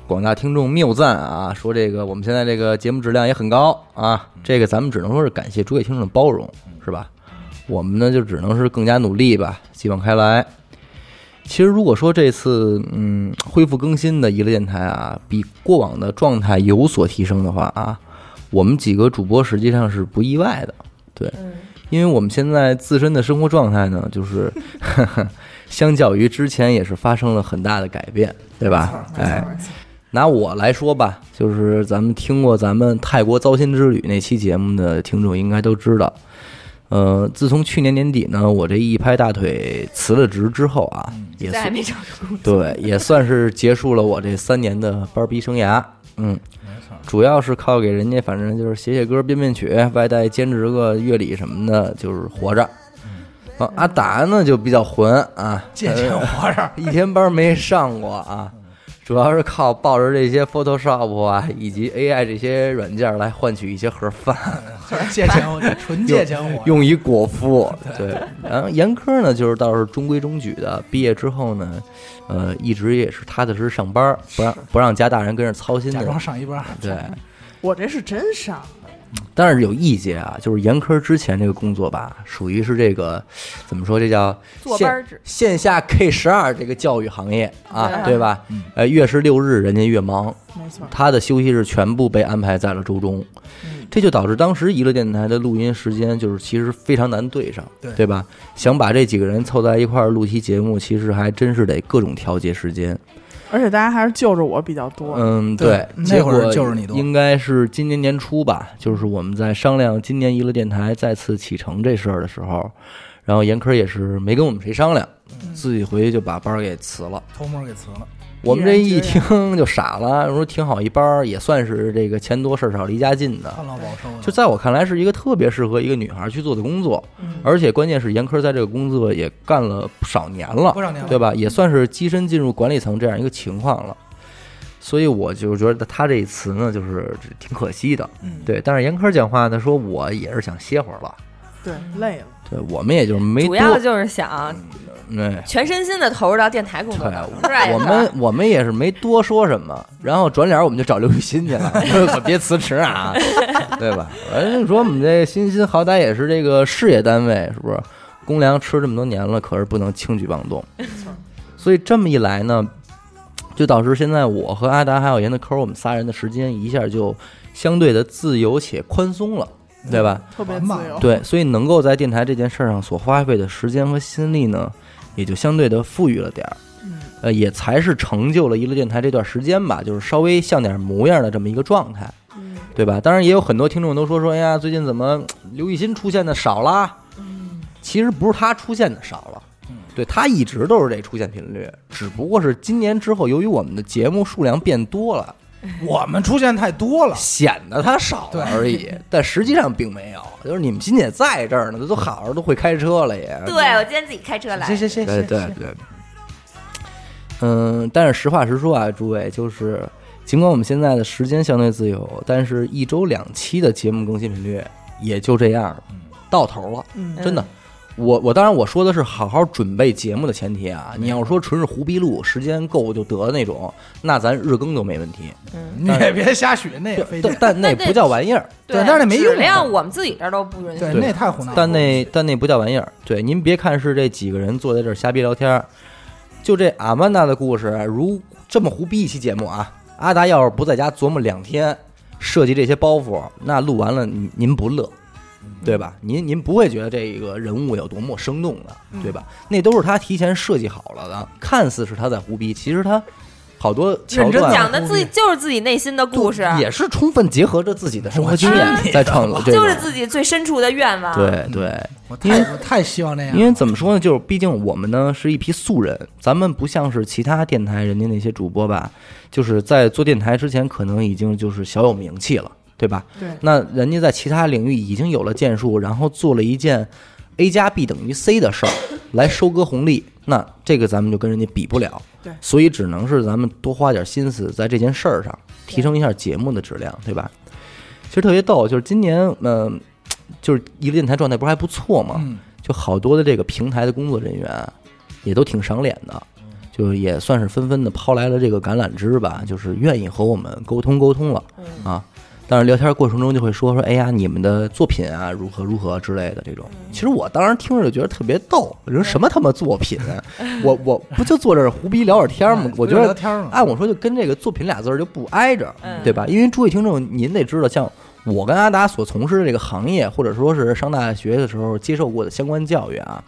广大听众谬赞啊，说这个我们现在这个节目质量也很高啊，
嗯
这个咱们只能说是感谢诸位听众的包容，是吧？我们呢就只能是更加努力吧，继往开来。其实如果说这次嗯恢复更新的娱乐电台啊，比过往的状态有所提升的话啊，我们几个主播实际上是不意外的，对，因为我们现在自身的生活状态呢，就是。 相较于之前也是发生了很大的改变，对吧？哎，拿我来说吧，就是咱们听过咱们泰国糟心之旅那期节目的听众应该都知道，呃，自从去年年底呢，我这一拍大腿辞了职之后啊，也
再
算
也哎没找着工作。
对，也算是结束了我这三年的班儿逼生涯。嗯，主要是靠给人家，反正就是写写歌、编编曲，外带兼职个乐理什么的，就是活着。啊，阿达呢就比较混啊，
借钱活啊着。
一天班没上过啊，主要是靠抱着这些 Photoshop 啊以及 AI 这些软件来换取一些盒饭，
借钱我纯借钱我
用以果腹。对，然后严科呢，就是倒是中规中矩的，毕业之后呢，呃，一直也是踏踏实实上班，不让不让家大人跟着操心
假
的。
装上一班，
对，
我这是真伤，
但是有一节啊，就是严科之前这个工作吧，属于是这个怎么说？这叫
坐
线
班儿制
线下 K 十二这个教育行业啊，
对
对吧？
嗯
呃，越是六日人家越忙，
没错，
他的休息日全部被安排在了周中，
嗯
这就导致当时娱乐电台的录音时间就是其实非常难对上，
对
吧？想把这几个人凑在一块儿录期节目，其实还真是得各种调节时间。
而且大家还是救着我比较多。
嗯，
对那
结果
会儿就是你多
应该是今年年初吧，就是我们在商量今年娱乐电台再次启程这事儿的时候，然后严科也是没跟我们谁商量，
嗯
自己回去就把班儿给辞了。
偷摸给辞了。
我们这一听就傻了，说挺好一班儿，也算是这个钱多事儿少离家近的，
旱涝保收
嗯
呢，
就在我看来，是一个特别适合一个女孩去做的工作，
嗯
而且关键是严科在这个工作也干了不少年了，
不少年了
对吧？也算是跻身进入管理层这样一个情况了。所以我就觉得他这一词呢，就是挺可惜的，
嗯
对。但是严科讲话呢，说我也是想歇会儿了，
对，累了，
对我们也就是没多，
主
哎
要就是想
对，
全身心的投入到电台工作当中，是吧？
我
严
们
哥
我们也是没多说什么，然后转脸我们就找刘雨欣去了， 可别辞职啊，对吧？ 人家说我们这欣欣好歹也是这个事业单位，是不是？公粮吃这么多年了，可是不能轻举妄动。 所以这么一来呢，就导致现在我和阿达还有严的抠，我们仨人的时间一下就相对的自由且宽松了，对吧？
特别
完
自
吧
由。
对，所以能够在电台这件事儿上所花费的时间和心力呢，也就相对的富裕了点儿。呃，也才是成就了娱乐电台这段时间吧，就是稍微像点模样的这么一个状态，对吧？当然，也有很多听众都说说，哎呀，最近怎么刘雨欣出现的少啦？其实不是她出现的少了，对她一直都是这出现频率，只不过是今年之后，由于我们的节目数量变多了，
我们出现太多了，
显得他少了而 已，但实际上并没有。就是你们今姐在这儿呢，都好着都会开车了也。
对我今天自己开车来
谢，谢谢
对
谢
对
谢。
对。嗯，但是实话实说啊，诸位，就是尽管我们现在的时间相对自由，但是一周两期的节目更新频率也就这样
嗯
了，到头了，
嗯
真的。我我当然我说的是好好准备节目的前提啊，你要说纯是胡逼录，时间够就得那种，那咱日更都没问题。
你也别瞎许，那也非得
但但那
那
不叫玩意儿，
对但是没用啊
质量我们自己这儿都不允许。
对，那太胡闹了。
但那但那不叫玩意儿。对，您别看是这几个人坐在这儿瞎逼聊天儿，就这阿曼达的故事，如这么胡逼一期节目啊，阿达要是不在家琢磨两天，设计这些包袱，那录完了您您不乐，对吧？您您不会觉得这个人物有多么生动的，对吧？那都是他提前设计好了的，看似是他在胡逼，其实他好多桥
认真
段
讲的自己就是自己内心的故事，啊
也是充分结合着自己的生活经
我去
验
你
在创作这个，
就是自己最深处的愿望。
对对。
我太我太希望那样了，
因为怎么说呢，就是毕竟我们呢是一批素人，咱们不像是其他电台人家那些主播吧，就是在做电台之前可能已经就是小有名气了，对吧？
对
那人家在其他领域已经有了建树，然后做了一件 A 加 B 等于 C 的事儿来收割红利，那这个咱们就跟人家比不了。
对
所以只能是咱们多花点心思在这件事儿上，提升一下节目的质量，对吧？其实特别逗，就是今年，嗯、就是一个电台状态不是还不错嘛，
嗯
就好多的这个平台的工作人员也都挺赏脸的，就也算是纷纷的抛来了这个橄榄枝吧，就是愿意和我们沟通沟通了
嗯
啊。但是聊天过程中就会说说，哎呀，你们的作品啊，如何如何之类的这种。
嗯
其实我当时听着就觉得特别逗，我说什么他妈作品 啊，我我不就坐这儿胡逼聊会儿天儿吗？我觉
不
得
就嗯聊天儿吗嗯
按我说就跟这个作品俩字儿就不挨着，对吧？因为诸位听众，您得知道，像我跟阿达所从事的这个行业，或者说是上大学的时候接受过的相关教育啊，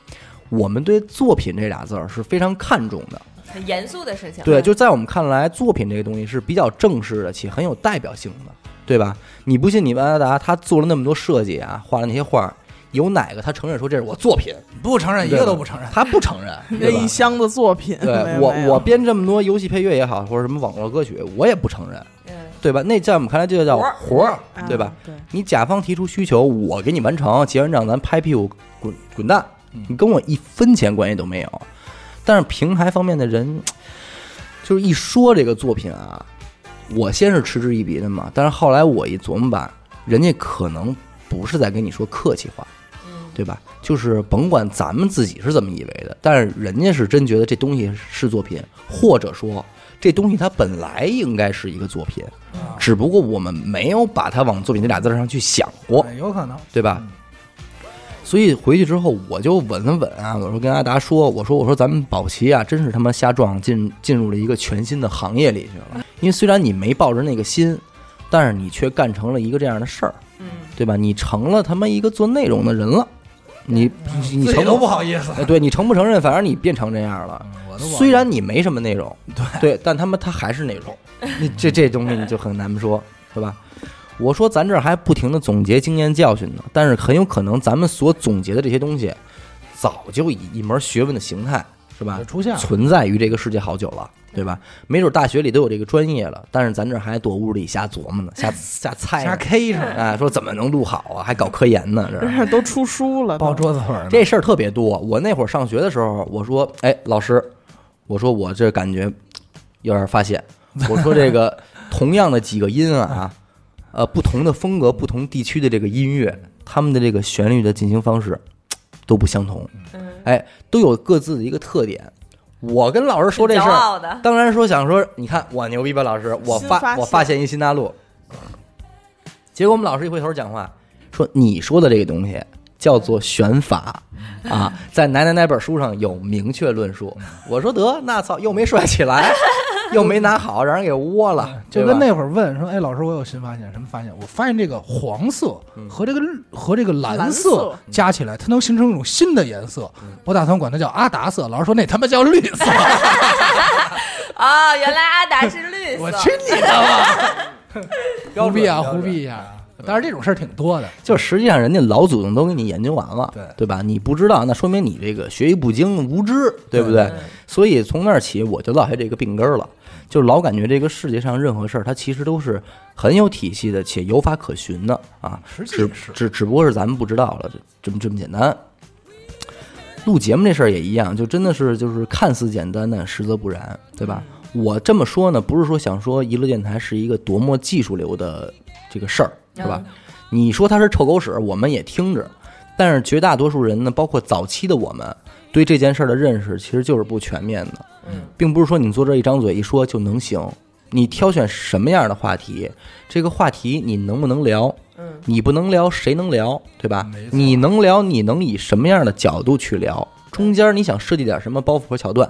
我们对作品这俩字儿是非常看重的。
很严肃的事情。
对，就在我们看来，作品这个东西是比较正式的，且很有代表性的，对吧？你不信，你万达达他做了那么多设计啊，画了那些画儿，有哪个他承认说这是我作品？
不承认一
对吧
个都不承认。
他不承认，
这
对吧
一？箱子作品，
对
没
我
没有
我编这么多游戏配乐也好，或者什么网络歌曲，我也不承认，
嗯，
对吧？那在我们看来，这就叫
活儿
活儿，对吧？？
啊对，
你甲方提出需求，我给你完成，结完账咱拍屁股滚滚蛋
嗯，
你跟我一分钱关系都没有。但是平台方面的人，就是一说这个作品啊，我先是嗤之以鼻的嘛，但是后来我一琢磨吧，人家可能不是在跟你说客气话，对吧？就是甭管咱们自己是怎么以为的，但是人家是真觉得这东西是作品，或者说这东西它本来应该是一个作品，只不过我们没有把它往作品这俩字儿上去想过，
哎有可能
对吧？所以回去之后，我就稳了稳啊，我说跟阿达说，我说我说咱们宝奇啊，真是他妈瞎撞，进进入了一个全新的行业里去了。嗯因为虽然你没抱着那个心，但是你却干成了一个这样的事儿，
嗯，
对吧？你成了他妈一个做内容的人了，你你你
自己
承
都不好意思，
哎对你承不承认？反正你变成这样了。
嗯我都不好意思
虽然你没什么内容，对，但他妈他还是内容，你这这东西你就很难 说，对吧？我说咱这儿还不停的总结经验教训呢，但是很有可能咱们所总结的这些东西，早就以一门学问的形态，是吧
就？出现了
存在于这个世界好久了，对吧？没准大学里都有这个专业了，但是咱这儿还躲屋里瞎琢磨呢， 瞎瞎猜呢
瞎 K 上
啊，说怎么能录好啊，还搞科研呢，这是。
都出书了，
抱
都
桌子腿儿呢，
这事儿特别多。我那会儿上学的时候，我说，哎，老师，我说我这感觉有点发现，我说这个同样的几个音啊，呃，不同的风格、不同地区的这个音乐，他们的这个旋律的进行方式都不相同，
嗯
哎，都有各自的一个特点。我跟老师说这事
骄
儿，
傲的，
当然说想说，你看我牛逼吧，老师，我
新
发
发现
我发现一新大陆。结果我们老师一回头讲话，说你说的这个东西叫做选法啊，在哪哪哪本书上有明确论述。我说得，那操，又没帅起来，又没拿好，让人给窝了，
就
对
跟
吧
那会儿问说，哎，老师，我有新发现，什么发现？我发现这个黄色
嗯
和这个绿和这个蓝
蓝
色
色
加起来，它能形成一种新的颜色。
嗯
我打算管它叫阿达色，老师说那他妈叫绿色，
哦，原来阿达是绿色。
啊
我 去你的吧！
标
忽
准
必啊，
标
忽
准
必啊！但是这种事儿挺多的，
就实际上人家老祖宗都给你研究完了，
对
吧？你不知道，那说明你这个学艺不精、无知，对不对？所以从那儿起，我就落下这个病根儿了，就老感觉这个世界上任何事儿，它其实都是很有体系的，且有法可循的啊。
实际
只
也是
只只不过是咱们不知道了，这这么这么简单。录节目这事儿也一样，就真的是就是看似简单，但实则不然，对吧？我这么说呢，不是说想说娱乐电台是一个多么技术流的这个事儿，是吧？你说它是臭狗屎，我们也听着，但是绝大多数人呢，包括早期的我们，对这件事儿的认识其实就是不全面的，并不是说你坐这儿一张嘴一说就能行。你挑选什么样的话题，这个话题你能不能聊？
嗯，
你不能聊，谁能聊？对吧
没？错
你能聊，你能以什么样的角度去聊？中间你想设计点什么包袱和桥段？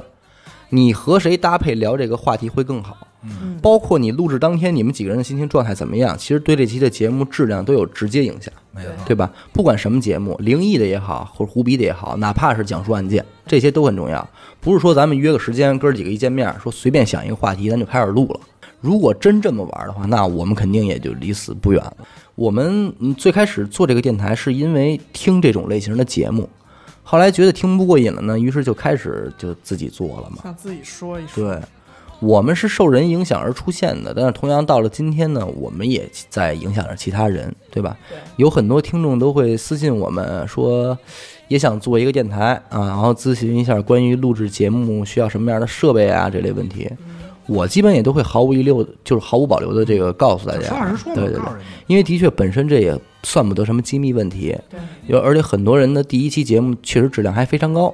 你和谁搭配聊这个话题会更好？
嗯
包括你录制当天你们几个人的心情状态怎么样，其实对这期的节目质量都有直接影响。
没错。
对吧？不管什么节目，灵异的也好，或者胡逼的也好，哪怕是讲述案件，这些都很重要。不是说咱们约个时间，哥儿几个一见面，说随便想一个话题，咱就开始录了。如果真这么玩的话，那我们肯定也就离死不远了。我们嗯最开始做这个电台，是因为听这种类型的节目，后来觉得听不过瘾了呢，于是就开始就自己做了嘛。
想自己说一说，
对，我们是受人影响而出现的，但是同样到了今天呢，我们也在影响着其他人，对吧？有很多听众都会私信我们说，也想做一个电台啊，然后咨询一下关于录制节目需要什么样的设备啊这类问题。
嗯
我基本也都会毫无遗留，就是毫无保留的这个告诉大
就
家，
实话实说嘛，
对对对
告诉，人家。
因为的确本身这也算不得什么机密问题，
对
有而且很多人的第一期节目确实质量还非常高，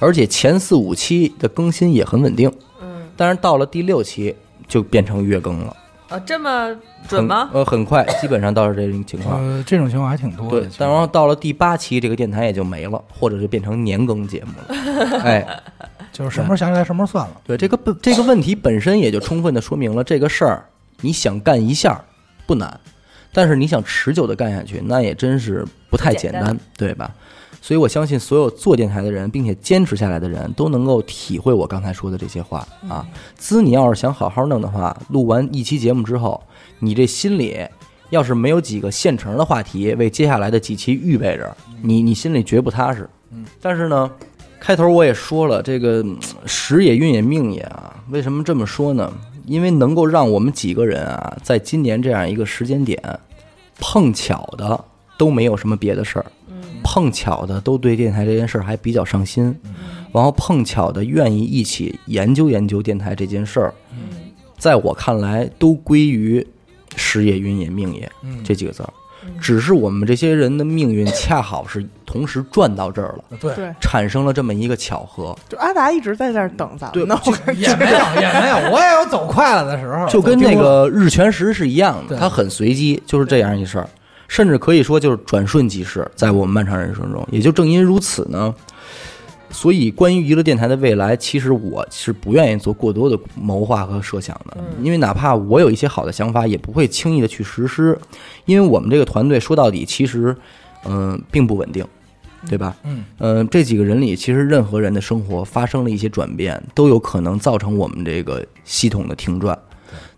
而且前四五期的更新也很稳定，
嗯，
但是到了第六期就变成月更了，
哦，这么准吗
很？呃，很快，基本上到了这种情况。
呃，这种情况还挺多
对
的。，
但然后到了第八期，这个电台也就没了，或者就变成年更节目了。哎，
就是什么时候想起来什么时候算了。
对，这个不这个问题本身也就充分的说明了这个事儿，你想干一下儿不难，但是你想持久的干下去，那也真是不太简
不
单，对吧？所以我相信所有做电台的人，并且坚持下来的人都能够体会我刚才说的这些话啊。滋，你要是想好好弄的话，录完一期节目之后，你这心里要是没有几个现成的话题为接下来的几期预备着，你你心里绝不踏实。嗯，但是呢，开头我也说了，这个嗯时也运也命也啊，为什么这么说呢？因为能够让我们几个人啊，在今年这样一个时间点，碰巧的都没有什么别的事儿，碰巧的都对电台这件事儿还比较上心，然后碰巧的愿意一起研究研究电台这件事儿，在我看来都归于时也运也命也这几个字儿，只是我们这些人的命运恰好是同时转到这儿了，
对，
对，
产生了这么一个巧合。
就阿达一直在这儿等咱们呢。我感觉
也没有，也没有，我也有走快了的时候，
就跟那个日全食是一样的，
对
它很随机，就是这样一事儿，甚至可以说就是转瞬即逝，在我们漫长人生中，也就正因如此呢，所以关于娱乐电台的未来，其实我是不愿意做过多的谋划和设想的，因为哪怕我有一些好的想法，也不会轻易的去实施，因为我们这个团队说到底，其实嗯、并不稳定。对吧？
嗯，
呃，这几个人里，其实任何人的生活发生了一些转变，都有可能造成我们这个系统的停转。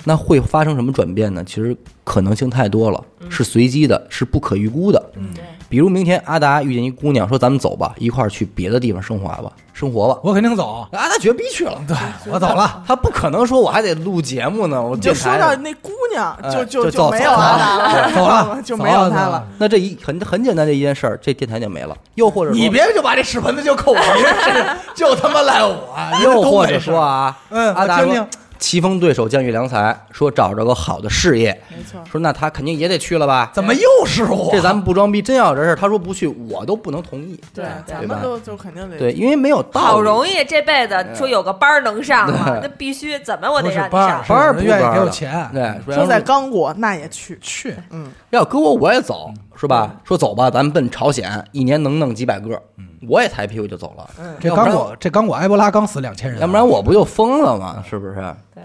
那会发生什么转变呢？其实可能性太多了，是随机的，是不可预估的。嗯，比如明天阿达遇见一姑娘，说咱们走吧，一块儿去别的地方生活吧，生活吧。
我肯定走，
阿达啊绝逼去 了，对
我走了，
他不可能说我还得录节目呢，我
就
电
说
台
到那姑娘，
哎
就就
就走
没有阿达了，
走了
就没有他了。
那这一很很简单的一件事儿，这电台就没了。又或者说
你别就把这屎盆子就扣我身，就他妈赖我，
又或者说啊，
嗯
阿达
我听
说
听
棋逢对手，将遇良才，说找着个好的事业，
没错，
说那他肯定也得去了吧？
怎么又是我？
这咱们不装逼，真要有这事儿，他说不去，我都不能同意，
对，咱
对
们
吧？
都就肯定得
对，因为没有道理。
好容易这辈子
嗯
说有个班儿能上嘛，那必须怎么我得
不是
让你
班儿
上。
班儿不
是有人
班儿
愿意给我
的
钱
对，不然
说在刚果那也去，
去，
要搁我我也走，是
嗯
吧？说走吧，咱们奔朝鲜，一年能弄几百个，我也抬屁股就走了。
嗯这
要不
刚
然
果这刚果埃博拉刚死两千人，
要不然我不就疯了吗？是不是？
对，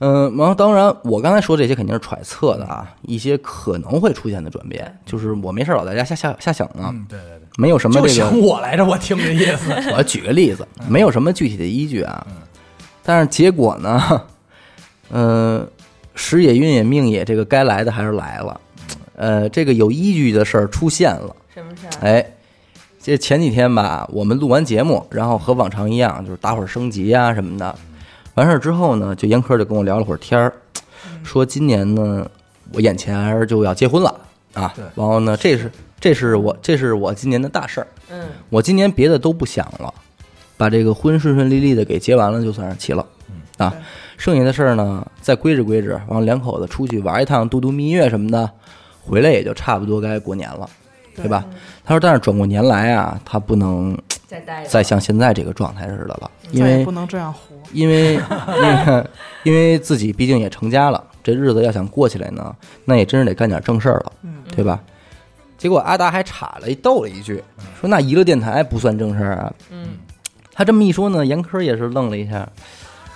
嗯，然后当然，我刚才说这些肯定是揣测的啊，一些可能会出现的转变，就是我没事儿老在家瞎瞎瞎想呢，
嗯，对对对，
没有什么
就
这
想
个，
我来着，我嗯听这意思，
我举个例子，没有什么具体的依据啊，但是结果呢，呃，时也运也命也，这个该来的还是来了，呃，这个有依据的事儿出现了。
什么事儿？
哎，这前几天吧，我们录完节目，然后和往常一样，就是打会儿升级啊什么的。完事儿之后呢，就严科就跟我聊了会儿天儿，说今年呢，我眼前就要结婚了啊
对。
然后呢，这是这是我这是我今年的大事儿。
嗯，
我今年别的都不想了，把这个婚顺顺利利的给结完了，就算是齐了。
嗯
啊，剩下的事儿呢，再归置归置，然后两口子出去玩一趟，度度蜜月什么的，回来也就差不多该过年了，对吧？他说，但是转过年来啊，他不能
再待一会
再
儿
像现在这个状态似的了，因
再也
为
不能这样活。
因为因为因为自己毕竟也成家了，这日子要想过起来呢，那也真是得干点正事儿了，对吧？结果阿达还插了一逗了一句，
嗯
说那娱乐电台不算正事儿啊。
嗯，
他这么一说呢，严科也是愣了一下，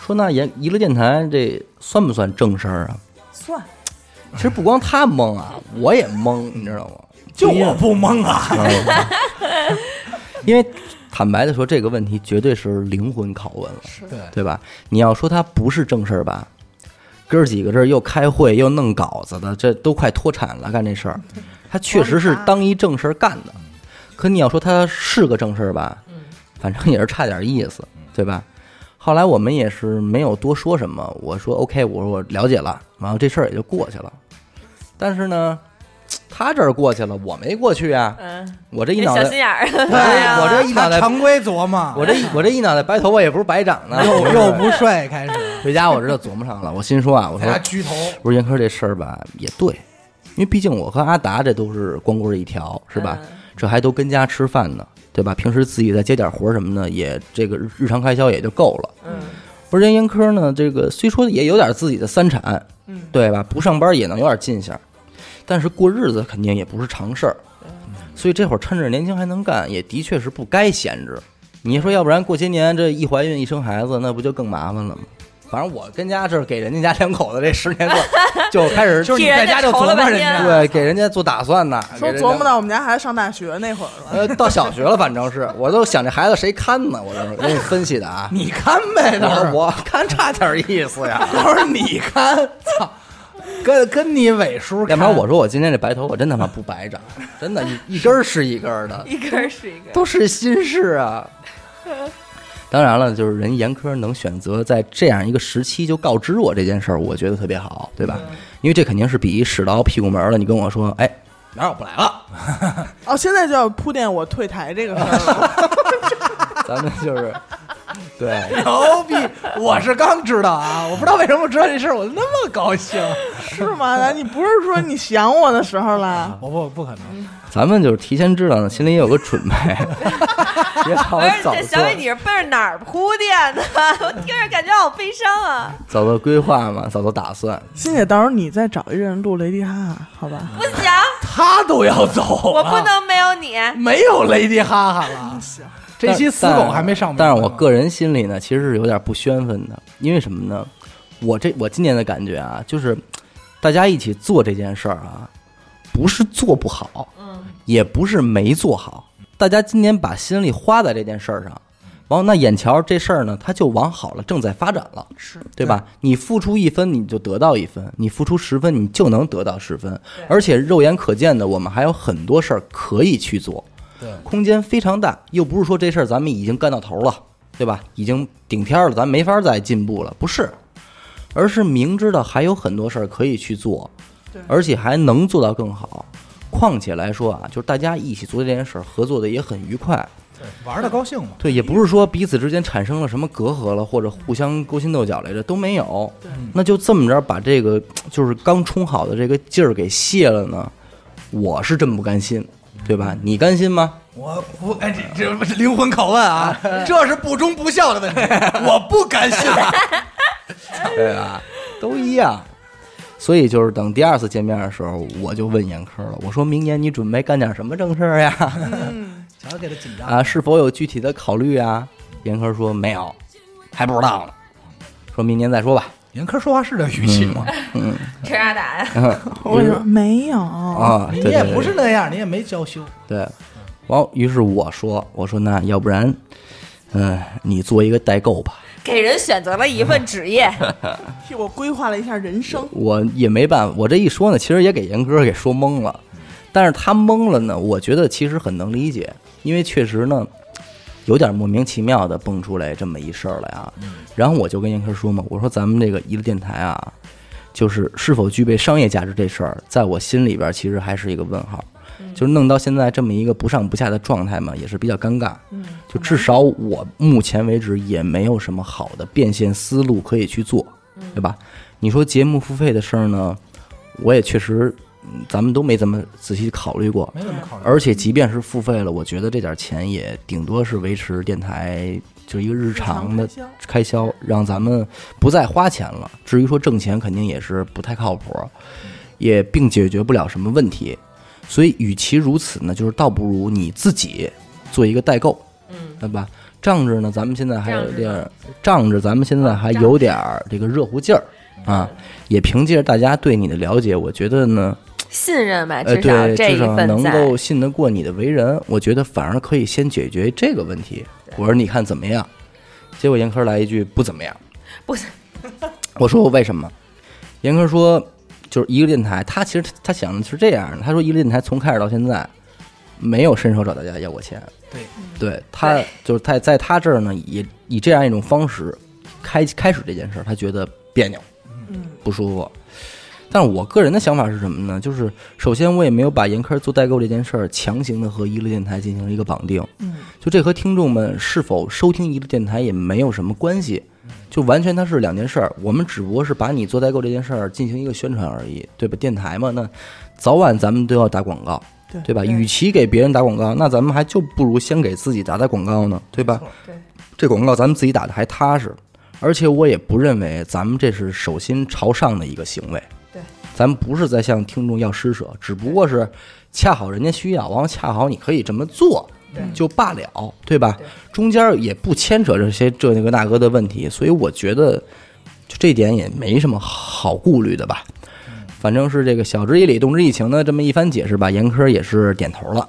说那严娱乐电台这算不算正事儿啊？
算，
其实不光他懵啊，我也懵，你知道吗？
就
因为
我不懵啊，
因为坦白的说，这个问题绝对是灵魂拷问了。
对，
对吧？你要说它不是正事儿吧，哥儿几个这儿又开会又弄稿子的，这都快脱产了，干这事儿，他确实是当一正事儿干的。可你要说他是个正事儿吧，
嗯
反正也是差点意思，对吧？后来我们也是没有多说什么，我说 OK，我说我了解了，然后这事儿也就过去了。但是呢，他这儿过去了，我没过去啊，
嗯，
我这一
哎
这
脑
小
袋
心，眼儿。
我这我这一脑
啊他
袋，
常规琢磨，
我这一我这一脑袋白头发也不是白长的，
又
我
又不睡，开始
回家我这就琢磨上了，我心说啊，我
在家
说
鞠头，
我说严科这事儿吧也对，因为毕竟我和阿达这都是光棍儿一条，是吧？
嗯
这还都跟家吃饭呢，对吧？平时自己再接点活儿什么的，也这个日日常开销也就够了。
嗯，
而人严科呢，这个虽说也有点自己的三产，嗯，对吧？不上班也能有点进项，但是过日子肯定也不是常事儿，所以这会儿趁着年轻还能干，也的确是不该闲着。你说，要不然过些年这一怀孕一生孩子，那不就更麻烦了吗？反正我跟家这儿给人家家两口子这十 年过，就开始
就是你
替人
在
家
家就
愁了
琢磨
半
人
天啊
家，。
对给人家做打算呢，给
说
人家
琢磨到我们家孩子上大学那会儿了，
呃到小学了，反正是我都想这孩子谁看呢，我这给你分析的啊
你看呗，
我
到时
说
候
我看差点意思 呀，
到时候你看，操，跟跟你伟叔
要
看，
不然我说我今天这白头发真他妈不白长，真的，一一根儿是一根儿的。
一根儿是一根儿。
都是心事啊。当然了，就是人严科能选择在这样一个时期就告知我这件事儿，我觉得特别好，对吧？
嗯
因为这肯定是比使到屁股门儿了，你跟我说，哎，哪儿我不来了，
哦，现在就要铺垫我退台这个事儿 了。
咱们就是对，
牛逼！我是刚知道啊，我不知道为什么知道这事儿，我那么高兴。
是吗？咱你不是说你想我的时候
啊
了？
我不不可能，
咱们就是提前知道呢，心里也有个准 备，别怕
不
我
是，
早
这小
做
伟你是奔着哪儿铺垫的？ 我听着感觉好悲伤啊！
早做规划嘛，早做打算。
欣姐，到时候你再找一人录雷迪哈哈，好吧？
不 行，
他都要走
我
了，
嗯
不能没有你。
没有雷迪哈哈了。 这期死狗还没上榜呢，
但是我个人心里呢，其实是有点不宣愤的，因为什么呢？我这我今年的感觉啊，就是大家一起做这件事儿啊，不是做不好，
嗯，
也不是没做好，大家今年把心力花在这件事儿上。完后，那眼瞧这事儿呢，它就往好了，正在发展了，
是
对吧？你付出一分，你就得到一分；你付出十分，你就能得到十分。而且肉眼可见的，我们还有很多事儿可以去做。
对
空间非常大，又不是说这事儿咱们已经干到头了，对吧？已经顶天儿了，咱没法再进步了，不是，而是明知道还有很多事儿可以去做
对，
而且还能做到更好。况且来说啊，就是大家一起做这件事儿，合作的也很愉快，
对玩的高兴嘛。
对，也不是说彼此之间产生了什么隔阂了，或者互相勾心斗角来着，都没有。那就这么着把这个就是刚充好的这个劲儿给泄了呢，我是真不甘心，对吧？你甘心吗？
我不哎，这这不是灵魂拷 问啊，这是不忠不孝的问题，我不甘心。
对吧？都一样。所以就是等第二次见面的时候，我就问严科了，我说明年你准备干点什么正事儿呀？
瞧给他紧张
啊，是否有具体的考虑啊？严科说没有，还不知道呢，说明年再说吧。
严科说话是这语气
嗯
吗？
吹啥打呀？
我说没有，
啊，
哦你
对
也
对
不是那样，你也没娇羞。
对。完后，于是我说，我说那要不然，嗯、你做一个代购吧。
给人选择了一份职 业，
替我规划了一下人生。
我也没办法，我这一说呢，其实也给严哥给说懵了。但是他懵了呢，我觉得其实很能理解，因为确实呢，有点莫名其妙的蹦出来这么一事儿来啊。然后我就跟严哥说嘛，我说咱们这个一个电台啊，就是是否具备商业价值这事儿，在我心里边其实还是一个问号。就是弄到现在这么一个不上不下的状态嘛，也是比较尴尬。嗯，就至少我目前为止也没有什么好的变现思路可以去做，对吧？你说节目付费的事儿呢，我也确实，嗯咱们都没怎么仔细考虑过。
没怎么考虑，
而且即便是付费了，我觉得这点钱也顶多是维持电台就一个日常的
日常
开销，让咱们不再花钱了。至于说挣钱，肯定也是不太靠谱，也并解决不了什么问题。所以，与其如此呢，就是倒不如你自己做一个代购，嗯，对吧？仗着呢，咱们现在还有点儿，仗着咱们现在还有点儿这个热乎劲儿啊，也凭借着大家对你的了解，我觉得呢，
信任呗，
呃，
至少
对，
这
至
一
少
份
能
在。
够信得过你的为人，我觉得反而可以先解决这个问题。我说你看怎么样？结果严科来一句不怎么样。
不是，
我说我为什么？严科说就是一个电台，他其实他想的是这样的，他说一个电台从开始到现在没有伸手找大家要过钱，
对，
对他
对
就是在在他这儿呢，也以这样一种方式开开始这件事儿，他觉得别扭，嗯，不舒服。但是我个人的想法是什么呢？就是首先我也没有把严科做代购这件事儿强行的和一路电台进行了一个绑定，
嗯，
就这和听众们是否收听一路电台也没有什么关系，就完全它是两件事儿。我们只不过是把你做代购这件事儿进行一个宣传而已，对吧？电台嘛，那早晚咱们都要打广告，
对
对吧？与其给别人打广告，那咱们还就不如先给自己打打广告呢，对吧？
对，
这广告咱们自己打的还踏实，而且我也不认为咱们这是手心朝上的一个行为。
对，
咱们不是在向听众要施舍，只不过是恰好人家需要，完后恰好你可以这么做，就罢了，对吧？中间也不牵扯这些这那个那个的问题，所以我觉得就这点也没什么好顾虑的吧。
嗯
反正是这个晓之以理，动之以情的这么一番解释吧，严科也是点头了，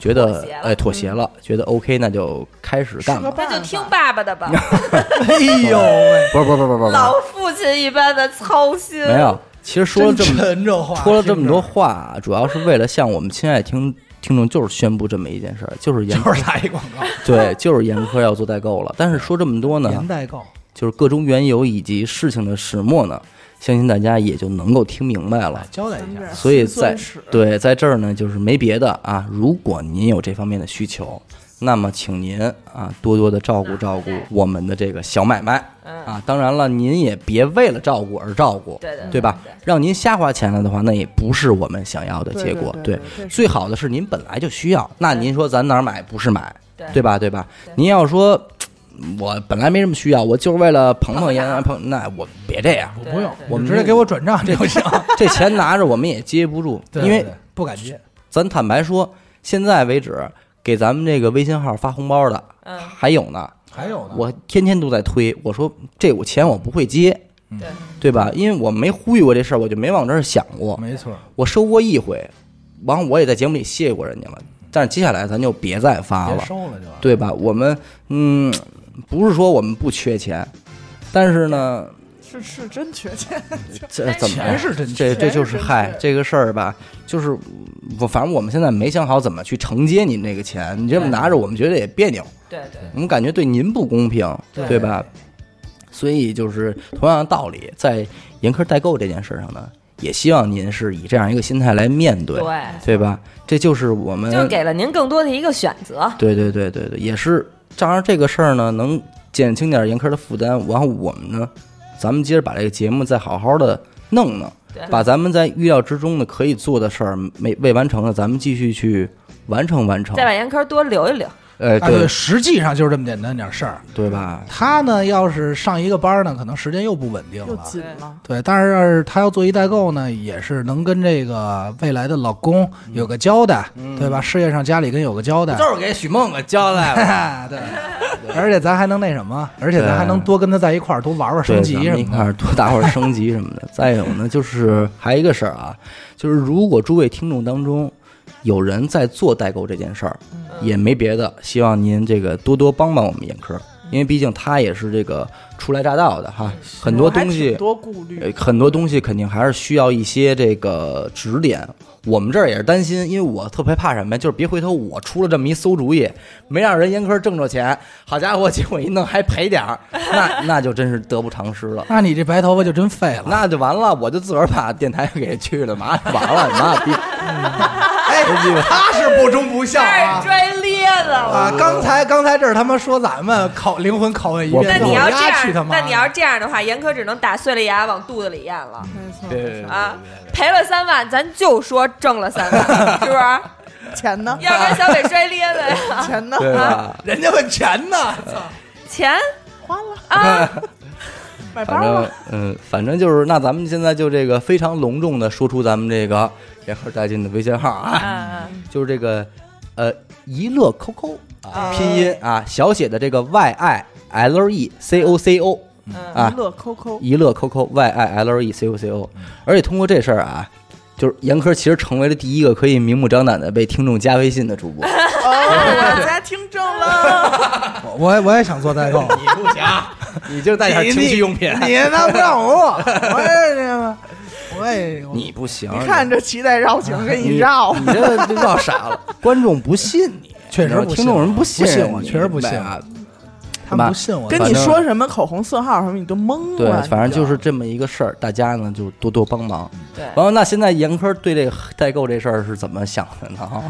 觉
妥
得
协了嗯
哎妥协了，觉得 OK，那就开始干吧。
那就听爸 爸的吧，
哎
哦
呦喂，
不是不是不是不是不
老父亲一般的操心。
没有，其实说了这
真
么
沉着话，
说了这么多话，主要是为了向我们亲爱听听众就是宣布这么一件事儿，就是严
听着，就是打一广告，
对，就是严科要做代购了。但是说这么多呢
年，代购，
就是各种缘由以及事情的始末呢，相信大家也就能够听明白了
来。交代一
咱们这
下
儿，
所以
辛酸
在
史
对，在这儿呢，就是没别的啊。如果您有这方面的需求，那么请您啊多多的照顾照顾我们的这个小买卖
嗯，
啊。当然了，您也别为了照顾而照顾，
对对
对吧？让您瞎花钱了的话，那也不是我们想要的结果。
对对对对
最好的是您本来就需要，那您说咱哪儿买不是买，
对
对吧？对吧？您要说。嘖我本来没什么需要，我就是为了捧捧
捧
烟
个
捧，那我别这样，
我
对
不用
对，
我们
直接给我转账这就行，
这钱拿着我们也接不住，
对
因为
对对不敢接，
咱坦白说，现在为止给咱们这个微信号发红包的
嗯，
还有呢，
还有呢，
我天天都在推，我说这我钱我不会接，
对，
对吧？因为我没呼吁过这事儿，我就没往这儿想过。
没错，
我收过一回，完了我也在节目里谢过人家了，但是接下来咱就别再发
别
了，
收了就完，
对吧？我们嗯，不是说我们不缺钱，但是呢，
是是真缺钱，
这怎么
钱是真缺
这这就是
钱是真
嗨
缺
这个事儿吧，就是嗯我反正我们现在没想好怎么去承接您这个钱，你这么
对
拿着我们觉得也别扭，
对对
我们感觉对您不公平，
对
对吧？所以就是同样的道理，在严苛代购这件事上呢，也希望您是以这样一个心态来面对，
对，
对吧？这就是我们
就是给了您更多的一个选择。
对对对对对，也是当然这个事儿呢，能减轻点严苛的负担，然后我们呢，咱们接着把这个节目再好好的弄弄。
对，
把咱们在预料之中的可以做的事儿没未完成的，咱们继续去完成完成
再。把严科多留一留。
哎，
啊对，
对
实际上就是这么简单点事儿。
对 吧？
他呢，要是上一个班儿呢，可能时间又不稳定
又
了。
紧了。
对，但是要是他要做一代购呢，也是能跟这个未来的老公有个交代，对吧？事业上家里跟有个交代，
嗯是给许梦给交代了。
哎对。而且咱还能那什么，而且咱还能多跟他在一块儿多玩玩
对，
升
咱
级
们
什
一
么
块
的。
儿多打会儿升级什么的。再有呢，就是还有一个事儿啊，就是如果诸位听众当中有人在做代购这件事儿，
嗯
也没别的，希望您这个多多帮帮我们眼科，
嗯
因为毕竟他也是这个初来乍到的哈，很多
我还
东西
挺多顾
呃
虑，，
很多东西肯定还是需要一些这个指点。我们这儿也是担心，因为我特别怕什么呀？就是别回头我出了这么一馊主意，没让人严科挣着钱，好家伙，结果一弄还赔点儿，那 那就真是得不偿失了。
那你这白头发就真废了。
那就完了，我就自个儿把电台给去了，妈 完了，妈逼！
哎，他是不忠不孝
这
啊！
拽咧子了。
啊，刚才刚才这是他妈说咱们拷灵魂拷问一
我
遍，
那你要
我
这
丫去他
样，
妈
那
的！
你要是这样的话，严科只能打碎了牙往肚子里咽了
没错，
啊！赔了三万，咱就说挣了三万，是不 是？
钱呢？
要不然小北摔咧子 呀。
钱呢？
对吧？
人家问钱呢，
钱
花了，
啊，
买包
反正
了，
嗯，反正就是，那咱们现在就这个非常隆重的说出咱们这个严科带进的微信号啊。
嗯，
就是这个呃一乐 QQ 啊，
啊
拼音啊，小写的这个 y i l e c o c o 啊
娱乐 QQ，
一乐 QQ y i l e c o c o，而且通过这事儿啊。就是严科其实成为了第一个可以明目张胆的被听众加微信的主播，
哦，大家听正了，
我我也我也想做 代购，
你就带点情趣用品，
你那不让我，我也这个，我也
你不行，
你看这脐带绕颈给你绕
你，这这绕傻了，观众不信你，
确实不信
听众人不信
不信我
你
确实不信
明白啊，
他们不信我，
跟你说什么口红色号什么，你都懵
对
了。，
反正就是这么一个事儿，大家呢就多多帮忙。
对
完了，那现在严科对这个代购这事儿是怎么想的呢？啊，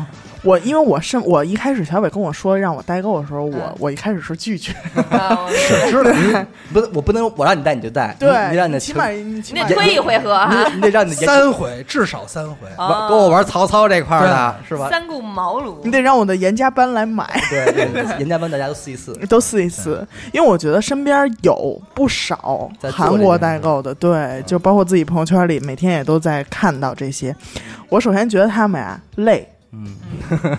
我因为我是我一开始小伟跟我说让我代购的时候，我
嗯
我一开始是拒绝，
啊
是知道，你 不是我不能我让你带你就带，
对
你，你让你的
起
情
码你起
你
码
得推一回合啊哈，
你你得让你的
三回，至少三回，
玩
啊
跟我玩曹操这块儿的是吧？
三顾茅
你
庐，
得让我的严家班来买，
对，对对严家班大家都试一 试，
都试一试，
嗯
因为我觉得身边有不少
在做
韩
这
国
个
代购的，对，
嗯
就包括自己 朋友圈里每天也都在看到这些。我首先觉得他们呀累，
嗯，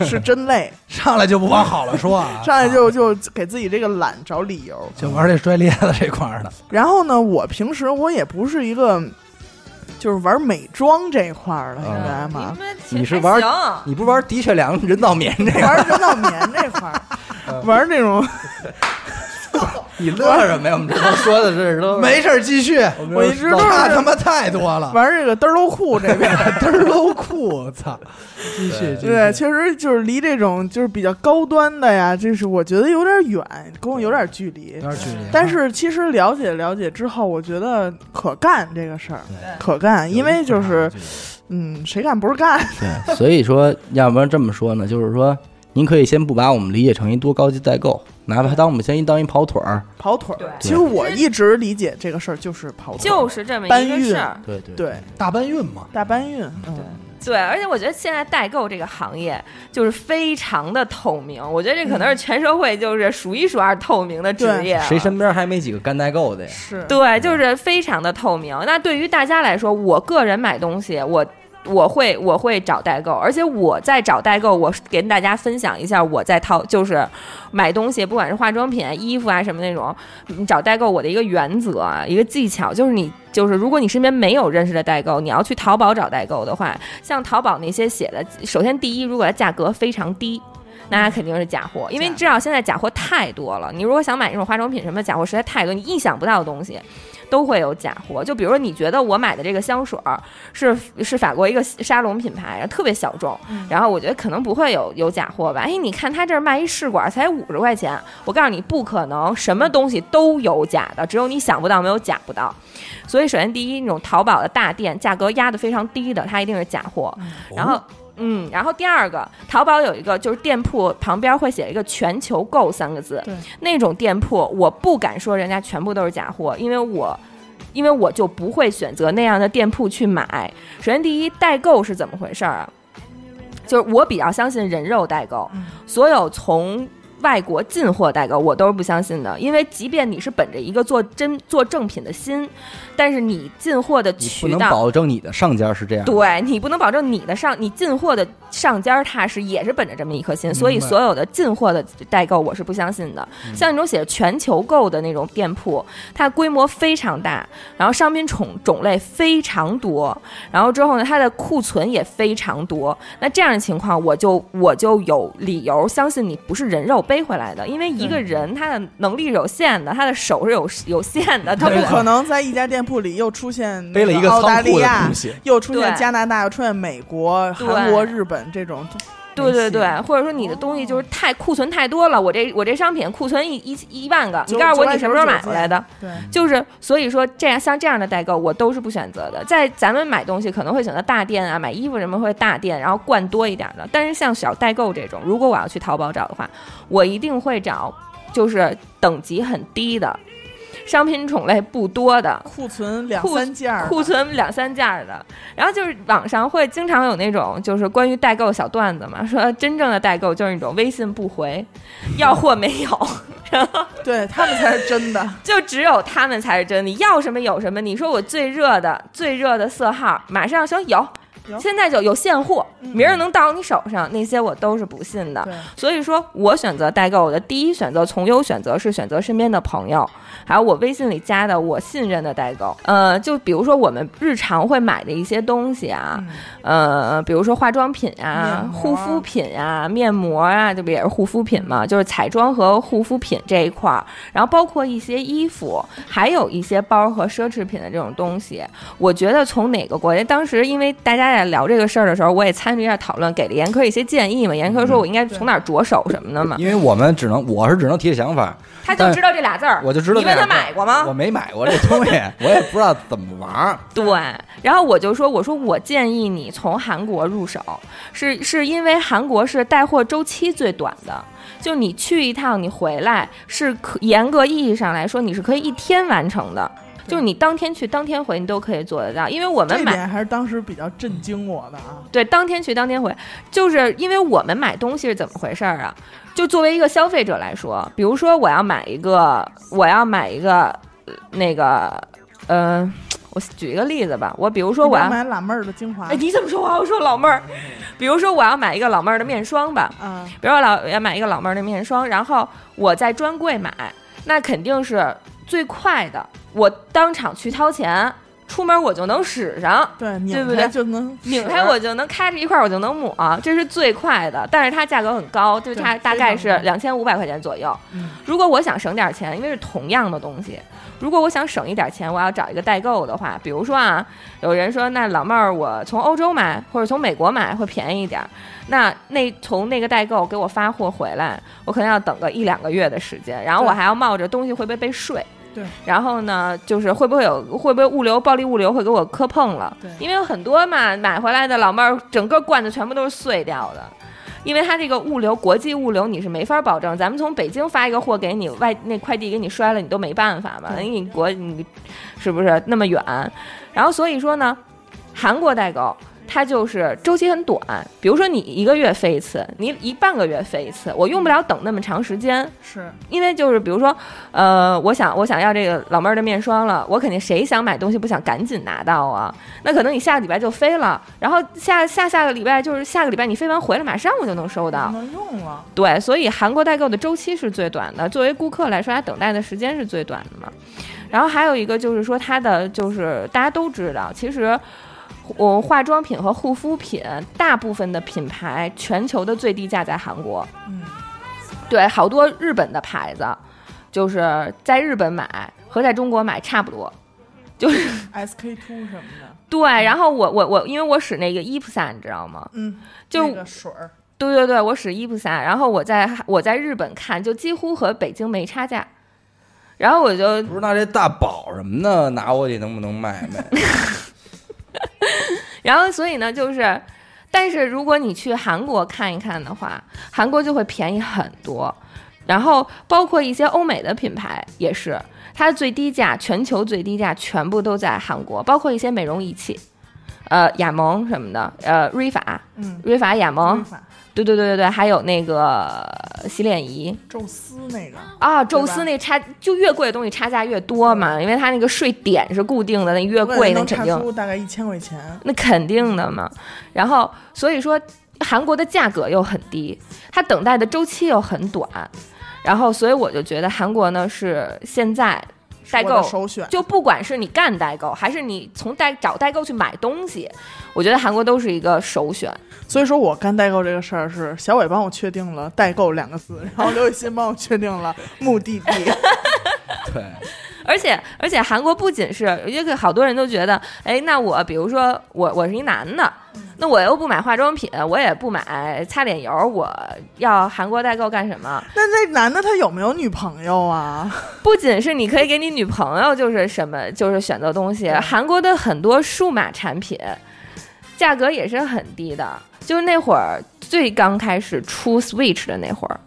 是真累，
上来就不往好了说啊，
上来就就给自己这个懒找理由。
就玩这摔咧子这块儿的，
然后呢，我平时我也不是一个就是玩美妆这块儿的，
嗯
你知道吗？
嗯们其实
你是
还
玩
行
你不玩的确良人造棉这个，
玩人造棉这块儿，
嗯
玩那种
你乐什么呀？我们这都说的这都
没事儿继续，
我
我一直都
差
是
他妈太多了，
玩这个嘚儿喽裤这 边。
嘚儿搂裤，我操，继续继续，
对，确实就是离这种就是比较高端的呀，这是我觉得有点远，跟我有点距离
有。点距离，
但是其实了解了解之后，我觉得可干这个事儿，可干，因为
啊
就是嗯，谁干不是干，
对，所以说，要不然这么说呢，就是说，您可以先不把我们理解成一多高级代购，哪怕当我们先一当一跑腿儿，
跑腿
对
儿。其实我一直理解这个事儿就是跑腿儿，
就是这么一个事儿。
对对
对
大搬运嘛，
大搬运，嗯，
对，而且我觉得现在代购这个行业就是非常的透明，我觉得这可能是全社会就是数一数二透明的职业了。
谁身边还没几个干代购的呀？
是
对，就是非常的透明。那对于大家来说，我个人买东西，我我会我会找代购，而且我在找代购，我跟大家分享一下我在淘就是买东西，不管是化妆品、衣服啊什么那种，嗯找代购我的一个原则啊，一个技巧，就是你就是如果你身边没有认识的代购，你要去淘宝找代购的话，像淘宝那些写的，首先第一，如果它价格非常低。那它肯定是假货，因为你知道现在假货太多了。你如果想买那种化妆品什么的，假货实在太多，你意想不到的东西都会有假货。就比如说，你觉得我买的这个香水儿是 是法国一个沙龙品牌，然后特别小众，然后我觉得可能不会有有假货吧？哎，你看他这儿卖一试管才五十块钱，我告诉你不可能，什么东西都有假的，只有你想不到，没有假不到。所以，首先第一，那种淘宝的大店价格压得非常低的，它一定是假货。然后。嗯，然后第二个，淘宝有一个就是店铺旁边会写一个“全球购”三个字，
对
那种店铺我不敢说人家全部都是假货，因为我。因为我就不会选择那样的店铺去买。首先，第一，代购是怎么回事儿啊？就是我比较相信人肉代购，所有从外国进货代购我都是不相信的，因为即便你是本着一个做真做正品的心，但是你进货的
你不
渠
能
道
保证你的上家是这样。
对你不能保证你的上你进货的上家踏实，也是本着这么一颗心，所以
明白
所有的进货的代购我是不相信的。像那种写着全球购的那种店铺，它规模非常大，然后商品种种类非常多，然后之后呢，它的库存也非常多。那这样的情况，我就我就有理由相信你不是人肉背回来的，因为一个人他的能力是有限的，他的手是有有限的，
他
对
不
吧
可能在一家店铺里又出现那
背了一个
澳大
仓
利
库的
亚
东，西，
又出现
对
加拿大，又出现美国、
对
韩国、日本这种。
对对对
没，
或者说你的东西就是太库存太多了，我这我这商品库存一一一万个，你告诉我你什么时候买回来的？
对，
就是所以说这样像这样的代购我都是不选择的，在咱们买东西可能会选择大店啊，买衣服什么会大店，然后逛多一点的。但是像小代购这种，如果我要去淘宝找的话，我一定会找就是等级很低的，商品种类不多的，
库存两
库
三件儿，
库存两三件儿的。然后就是网上会经常有那种就是关于代购小段子嘛，说真正的代购就是那种微信不回，要货没有， 然后
对他们才是真的。
就只有他们才是真的。你要什么有什么，你说我最热的最热的色号，马上说有。
有嗯
现在就有现货，明儿能到你手上，那些我都是不信的。
对，
所以说我选择代购，我的第一选择从优选择是选择身边的朋友，还有我微信里加的我信任的代购。呃，就比如说我们日常会买的一些东西啊，呃，比如说化妆品啊
面、膜
护肤品啊、面膜啊，这不也是护肤品嘛？就是彩妆和护肤品这一块儿，然后包括一些衣服，还有一些包和奢侈品的这种东西。我觉得从哪个国家，当时因为大家在聊这个事儿的时候，我也参与一下讨论，给了严科一些建议嘛。严科说我应该从哪儿着手什么的
嗯
嘛，
因为我们只能，我是只能提的想法，
他就知道这俩字儿，
我就知道
你问
这样
他买过
我
吗？
没买过这东西，我也不知道怎么玩 儿。
对，然后我就说，我说我建议你从韩国入手，是是因为韩国是带货周期最短的。就你去一趟，你回来是可严格意义上来说，你是可以一天完成的，就是你当天去当天回，你都可以做得到。因为我们
这
买
点还是当时比较震惊我的啊。
对，当天去当天回，就是因为我们买东西是怎么回事儿啊？就作为一个消费者来说，比如说我要买一个，我要买一个呃那个，呃，我举一个例子吧，我比如说我要
你买辣妹儿的精华
哎，，你怎么说话？我说老妹儿，比如说我要买一个老妹儿的面霜吧，
嗯，
比如我老要买一个老妹儿的面霜，然后我在专柜买，那肯定是最快的，我当场去掏钱，出门我就能使上。
对，
对
拧
不
开
对
就能
拧开我就能开着一块儿，我就能抹，这是最快的。但是它价格很高，就是
对
它大概
非
是
常
两千五百块钱左右
嗯。
如果我想省点钱，因为是同样的东西，如果我想省一点钱，我要找一个代购的话，比如说啊，有人说那老妹儿我从欧洲买或者从美国买会便宜一点儿，那那从那个代购给我发货回来，我可能要等个一两个月的时间，然后我
对
还要冒着东西会不会被税。
对，
然后呢，就是会不会有会不会物流暴力物流会给我磕碰了？
对
因为有很多嘛，买回来的老妹儿整个罐子全部都是碎掉的。因为它这个物流，国际物流你是没法保证。咱们从北京发一个货给你，外那快递给你摔了，你都没办法嘛。
对
你国你是不是那么远？然后所以说呢，韩国代购它就是周期很短，比如说你一个月飞一次，你一半个月飞一次，我用不了等那么长时间。
是
因为就是比如说，呃，我想我想要这个老妹儿的面霜了，我肯定谁想买东西不想赶紧拿到啊？那可能你下个礼拜就飞了，然后下下下个礼拜就是下个礼拜你飞完回来，马上我就能收到。
能用了，
对，所以韩国代购的周期是最短的，作为顾客来说，他等待的时间是最短的嘛。然后还有一个就是说，它的就是大家都知道，其实我化妆品和护肤品大部分的品牌全球的最低价在韩国，
嗯，
对，好多日本的牌子，就是在日本买和在中国买差不多。
SK two 什么的，
对，然后我我我，因为我使那个伊普萨，你知道吗？
嗯，
就
那个水儿，
对对对，我使伊普萨，然后我在我在日本看，就几乎和北京没差价。然后我就
不是，那这大宝什么的拿过去能不能卖 卖？
然后所以呢，就是，但是如果你去韩国看一看的话，韩国就会便宜很多。然后包括一些欧美的品牌也是，它最低价全球最低价全部都在韩国，包括一些美容仪器，呃，雅萌什么的，呃，瑞法、
嗯，
瑞法、雅萌
法，
对对对对对，还有那个洗脸仪
宙斯那个，
啊，
对
宙
吧
斯那差就越贵的东西差价越多嘛，因为它那个税点是固定的，那越
我感觉
贵那
能
肯
差
定
出大概一千块钱，
那肯定的嘛。然后所以说，韩国的价格又很低，它等待的周期又很短，然后所以我就觉得韩国呢是现在代
是我的
购。
首选，
就不管是你干代购，还是你从代找代购去买东西，我觉得韩国都是一个首选。
所以说我干代购这个事儿是小伟帮我确定了“ 代购”两个字，然后刘雨欣帮我确定了目的地。
对，
而且而且韩国不仅是，因为好多人都觉得，哎，那我比如说我我是一男的，那我又不买化妆品，我也不买擦脸油，我要韩国代购干什么？
那那男的他有没有女朋友啊？
不仅是你可以给你女朋友，就是什么，就是选择东西。韩国的很多数码产品价格也是很低的，就是那会儿最刚开始出 Switch 的那会儿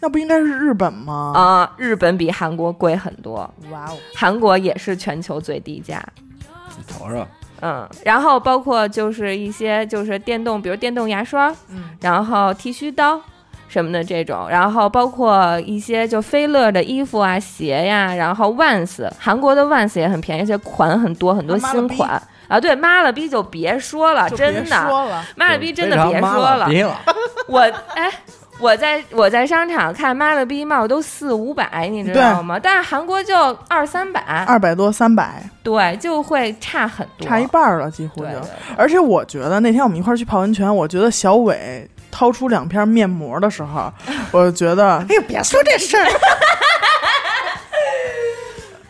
那不应该是日本吗？
啊、日本比韩国贵很多，
哇哦，
韩国也是全球最低价。
你瞅瞅，
嗯，然后包括就是一些就是电动，比如电动牙刷，
嗯，
然后剃须刀什么的这种，然后包括一些就菲乐的衣服啊、鞋呀、然后 Vans，韩国的 Vans 也很便宜，而且款很多，很多
啊妈了
新
逼
款啊。对，妈了逼就别说了，
就别
啊真的，
说了，
妈了逼真的
非常
别说
妈
了。
别了，
我哎，我在我在商场看妈了逼帽都四五百，你知
对
道吗？但是韩国就二三百，
二百多三百，
对，就会差很多，
差一半儿了，几乎
对。
就
对。
而且我觉得那天我们一块儿去泡温泉，我觉得小伟掏出两片面膜的时候，我觉得
哎呦，别说这事儿，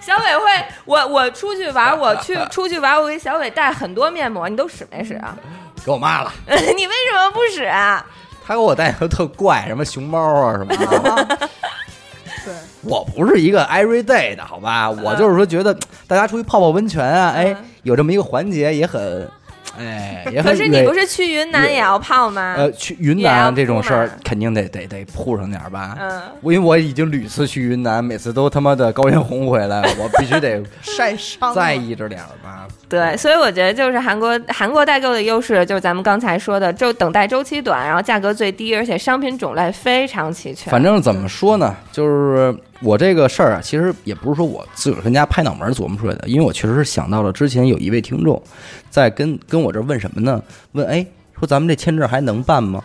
小伟会，我我出去玩，我去出去玩，我给小伟带很多面膜，你都使没使啊？
给我骂了。
你为什么不使啊？
他给我带的特怪，什么熊猫啊什么的。
对，
我不是一个 every day 的，
嗯
好吧？我就是说觉得大家出去泡泡温泉啊，哎，有这么一个环节也很
哎，
也
可
很
是你
累
不是去云南也要泡吗？
呃，去云
也要
南这种
铺
事儿
满
肯定得得得铺上点儿吧。
嗯
我因为我已经屡次去云南，每次都他妈的高原红回来，我必须 得
晒伤了
在意着点儿吧。
对，所以我觉得就是韩国韩国代购的优势，就是咱们刚才说的，就等待周期短，然后价格最低，而且商品种类非常齐全。
反正怎么说呢，就是我这个事儿啊，其实也不是说我自个儿跟家拍脑门儿琢磨出来的，因为我确实是想到了之前有一位听众在跟跟我这儿问什么呢？问哎，说咱们这签证还能办吗？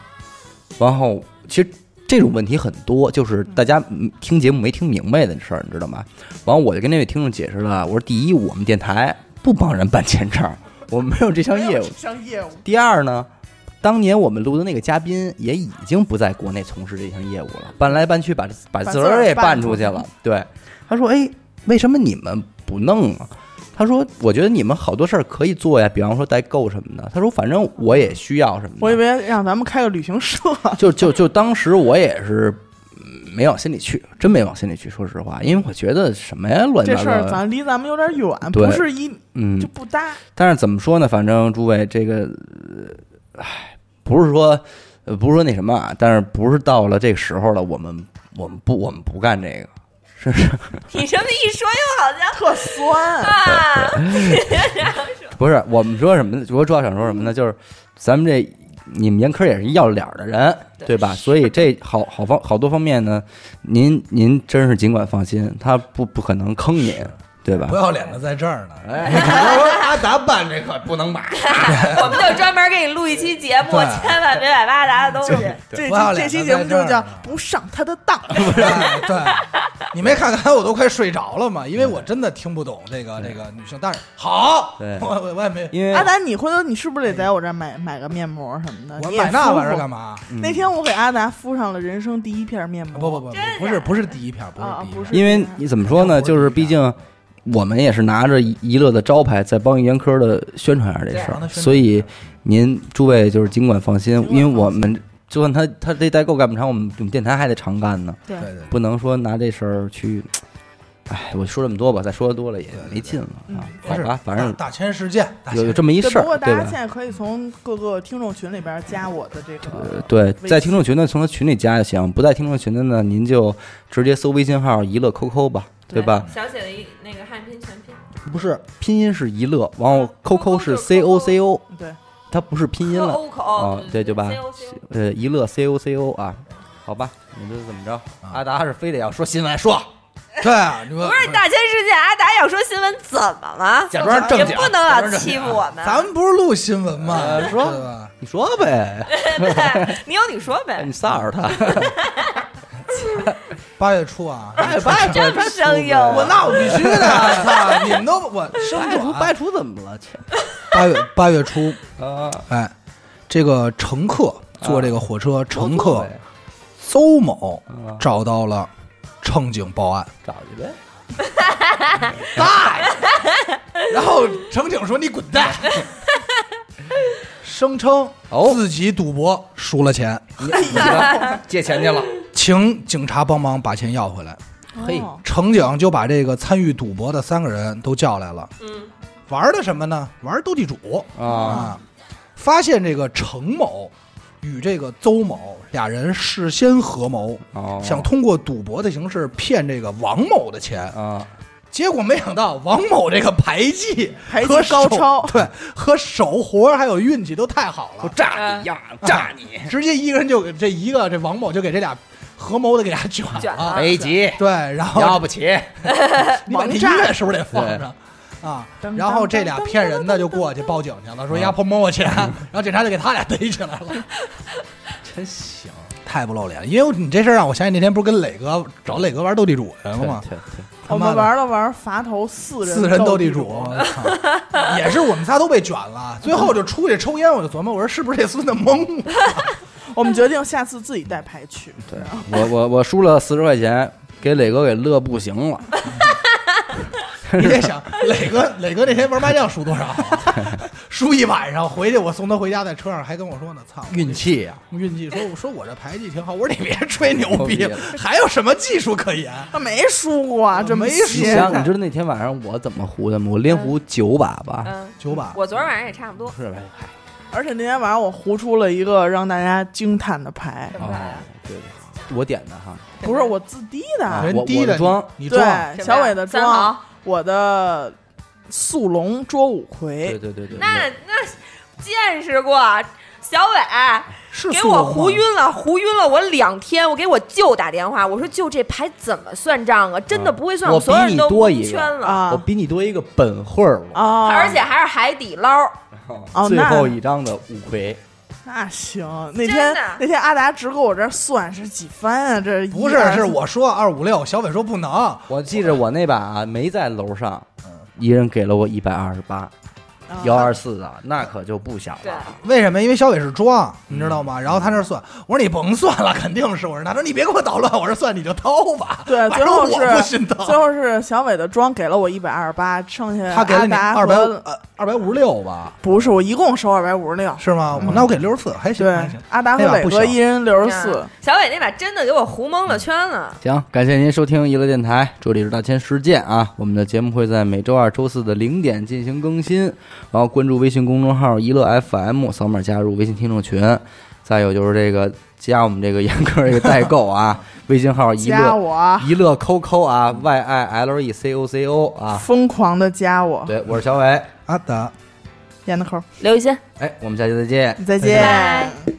然后其实这种问题很多，就是大家嗯听节目没听明白的事儿，你知道吗？完我就跟那位听众解释了，我说第一，我们电台不帮人办签证，我们没有这项业务。
像业务，
第二呢，当年我们录的那个嘉宾也已经不在国内从事这项业务了，搬来搬去把把自个儿也搬出去了。对，他说：“哎，为什么你们不弄啊？”他说：“我觉得你们好多事儿可以做呀，比方说代购什么的。”他说：“反正我也需要什么的。”
我以为让咱们开个旅行社，
嗯
就就就当时我也是嗯没往心里去，真没往心里去。说实话，因为我觉得什么呀，乱七
这
八
事儿
糟的。
咱离咱们有点远，
对
不是一
嗯
就，不搭。
但是怎么说呢？反正诸位，这个，呃唉，不是说，呃不是说那什么啊，但是不是到了这时候了，我们我们不我们不干这个，是是，
你这么一说，又好像
特酸，
啊，
不是我们说什么呢？我主要想说什么呢？就是咱们这你们严科也是一要脸儿的人，对吧？所以这好好方好多方面呢，您您真是尽管放心，他不不可能坑您，对吧
不？要脸的在这儿呢。
哎，阿达办这可不能买，
我们就专门给你录一期节目，
对
千万别买八达的东西。
这
不要
期
脸
这期
的
节目就
在这儿
叫
呢
不上他的当。
对，对，你没看刚才我都快睡着了嘛，因为我真的听不懂这个这个女性，但是好，
对
我我我也没，
因为
阿达，你回头你是不是得在我这儿买买个面膜什么的？
我
你也
买那
敷
玩意儿
敷
干嘛？
那天我给阿达敷上了人生第一片面
不
膜，
不不，不是不是第一篇，不是
啊啊
第一
不是
篇，
因为你怎么说呢？就是毕竟我们也是拿着娱乐的招牌在帮严科的宣传下这事
帮他
儿，
宣传
所以您诸位就是尽管放心
尽，管
因为我们就算他他这代购干不长，我们我们电台还得常干呢，
对
对对，
不能说拿这事儿去。哎，我说这么多吧，再说多了也没劲了啊。
不
好
是
吧，反正
大千世界，大
有有
千
这么一
对
事
不过
儿，
大
对
家
吧
现？在可以从各个听众群里边加我的这
呃
个，
对，
微
在
信
听众群的从他群里加就行，不在听众群的呢，您就直接搜微信号“一乐 QQ” 吧，对吧？
小写的一那个汉拼全拼，
不是，拼音是一乐，然后
QQ
QQ
是
是 C O C O，
对，
它不是拼音了，
口
啊
口，
对对吧
哦嗯 C O C O
呃，一乐 C O C O 啊，好吧，你这怎么着？
啊
阿达是非得要说新闻，说
对啊，你说
不是大千世界，阿达要说新闻怎么了？
假装正
也
经
不能老欺负我们。
咱们不是录新闻吗？
呃说
对啊吧？
你说呗，
对，你有你说 呗
你。撒着 他，
八月初啊，
哎拜
这么生硬
我那
那我必须 的，操，你们都我生
拜
转
除拜除怎么了？切
八月八月初，
啊，
哎，这个乘客坐这个火车，乘
都做
客
呗
邹某
啊
找到了乘警报案，
找去 呗，
大爷！ 然后乘警说：“你滚蛋！”声称
哦
自己赌博输了钱，
你你呢借钱去了，
请警察帮忙把钱要回来。
嘿
哦
乘警就把这个参与赌博的三个人都叫来了。
嗯，
玩的什么呢？玩斗地主
啊，
啊！发现这个程某与这个邹某俩人事先合谋，
哦，
想通过赌博的形式骗这个王某的钱。
啊，
结果没想到王某这个牌技
牌技
和手
高超
对和手活儿还有运气都太好 了，
嗯
炸你呀，炸你，
直接一个人就给这一个这王某就给这俩合谋的给俩卷
卷
了。
了
没急，
对，然后
要不起，
你把那音乐是不是得放上？啊，然后这俩骗人的就过去报警去了，说
嗯
丫碰摸我钱，然后警察就给他俩逮起来了，
真行，
太不露脸了。因为你这事儿让我想起那天不是跟磊哥找磊哥玩斗地主去了吗？
对对
他
我
妈的
们玩了玩伐头四人
四人斗
斗
地
主，
主，也是我们仨都被卷了。最后就出去抽烟，我就琢磨，我说是不是这孙子蒙我？
我们决定下次自己带牌 去。
对
嗯
我我我输了四十块钱，给磊哥给乐不行了。
你得想，磊哥，磊哥那天玩麻将输多少？啊 输一晚上，回去我送他回家，在车上还跟我说呢，操，
运气呀、
运气啊说，我说我这牌技挺好，我说你别吹牛逼
牛逼
了
了，
还有什么技术可言？
他没输过啊，这么
没
你
些
输
想，你知道那天晚上我怎么胡的吗？我连胡九把吧，
嗯，
九把，
我昨儿晚上也差不多。
是吧？哎嗨
而且那天晚上我胡出了一个让大家惊叹的牌，
什么
哦
牌啊，
对对，我点的哈，
不是我自低
啊
的，
人
我
低
我
的
的庄
你你
对
装，
什么呀
小伟的
三
庄，
豪，
我的速龙捉五
对
魁，
对对对，
那那见识过小伟。
是
给
速龙
我
吗
胡晕了，胡晕了我两天。我给我舅打电话，我说舅，这牌怎么算账啊？真的不会算，
嗯我
所有人都
比你多
蒙
一个
圈了，
啊
我比你多一个本会儿了，
啊，
而且还是海底捞。
哦
最
那
后一张的五魁，
那行，那
真
天
的
那天阿达只给我这儿算是几番啊，这一
不是
二，
是
三
我说二五六，小伟说不能，
我记着我那把啊没在楼上，一人给了我一百二十八，
哦啊
幺二四的，那可就不小
对
了。，
为什么？因为小伟是装，你知道吗？然后他那儿算，我说你甭算了，肯定是。我说他说你别给我捣乱，我说算你就掏吧。
对，
反
最
正
后是
我不心疼。
最后是小伟的妆给了我一百二十八，剩下
他给了
阿
你
达
二百
和
呃二百五十六吧，
不是我一共收二百五十六，
是吗？
嗯
那我给六十四，还行
对
还行。，
阿达和
那把
伟
不
哥
小
一人六十四
嗯，小伟那把真的给我胡蒙了圈了。
行，感谢您收听娱乐电台，这里是大千世界啊。我们的节目会在每周二、周四的零点进行更新，然后关注微信公众号“娱乐 FM”，扫码加入微信听众群。再有就是这个加我们这个严哥这个代购 啊，微信号“娱
加
乐
我，
娱乐 QQ” 啊，Y I L E C O C O 啊。
疯狂的加我，
对，我是小伟，
阿达。
严的抠，
刘雨欣，
哎，我们下期再见。
再
见
见。
拜拜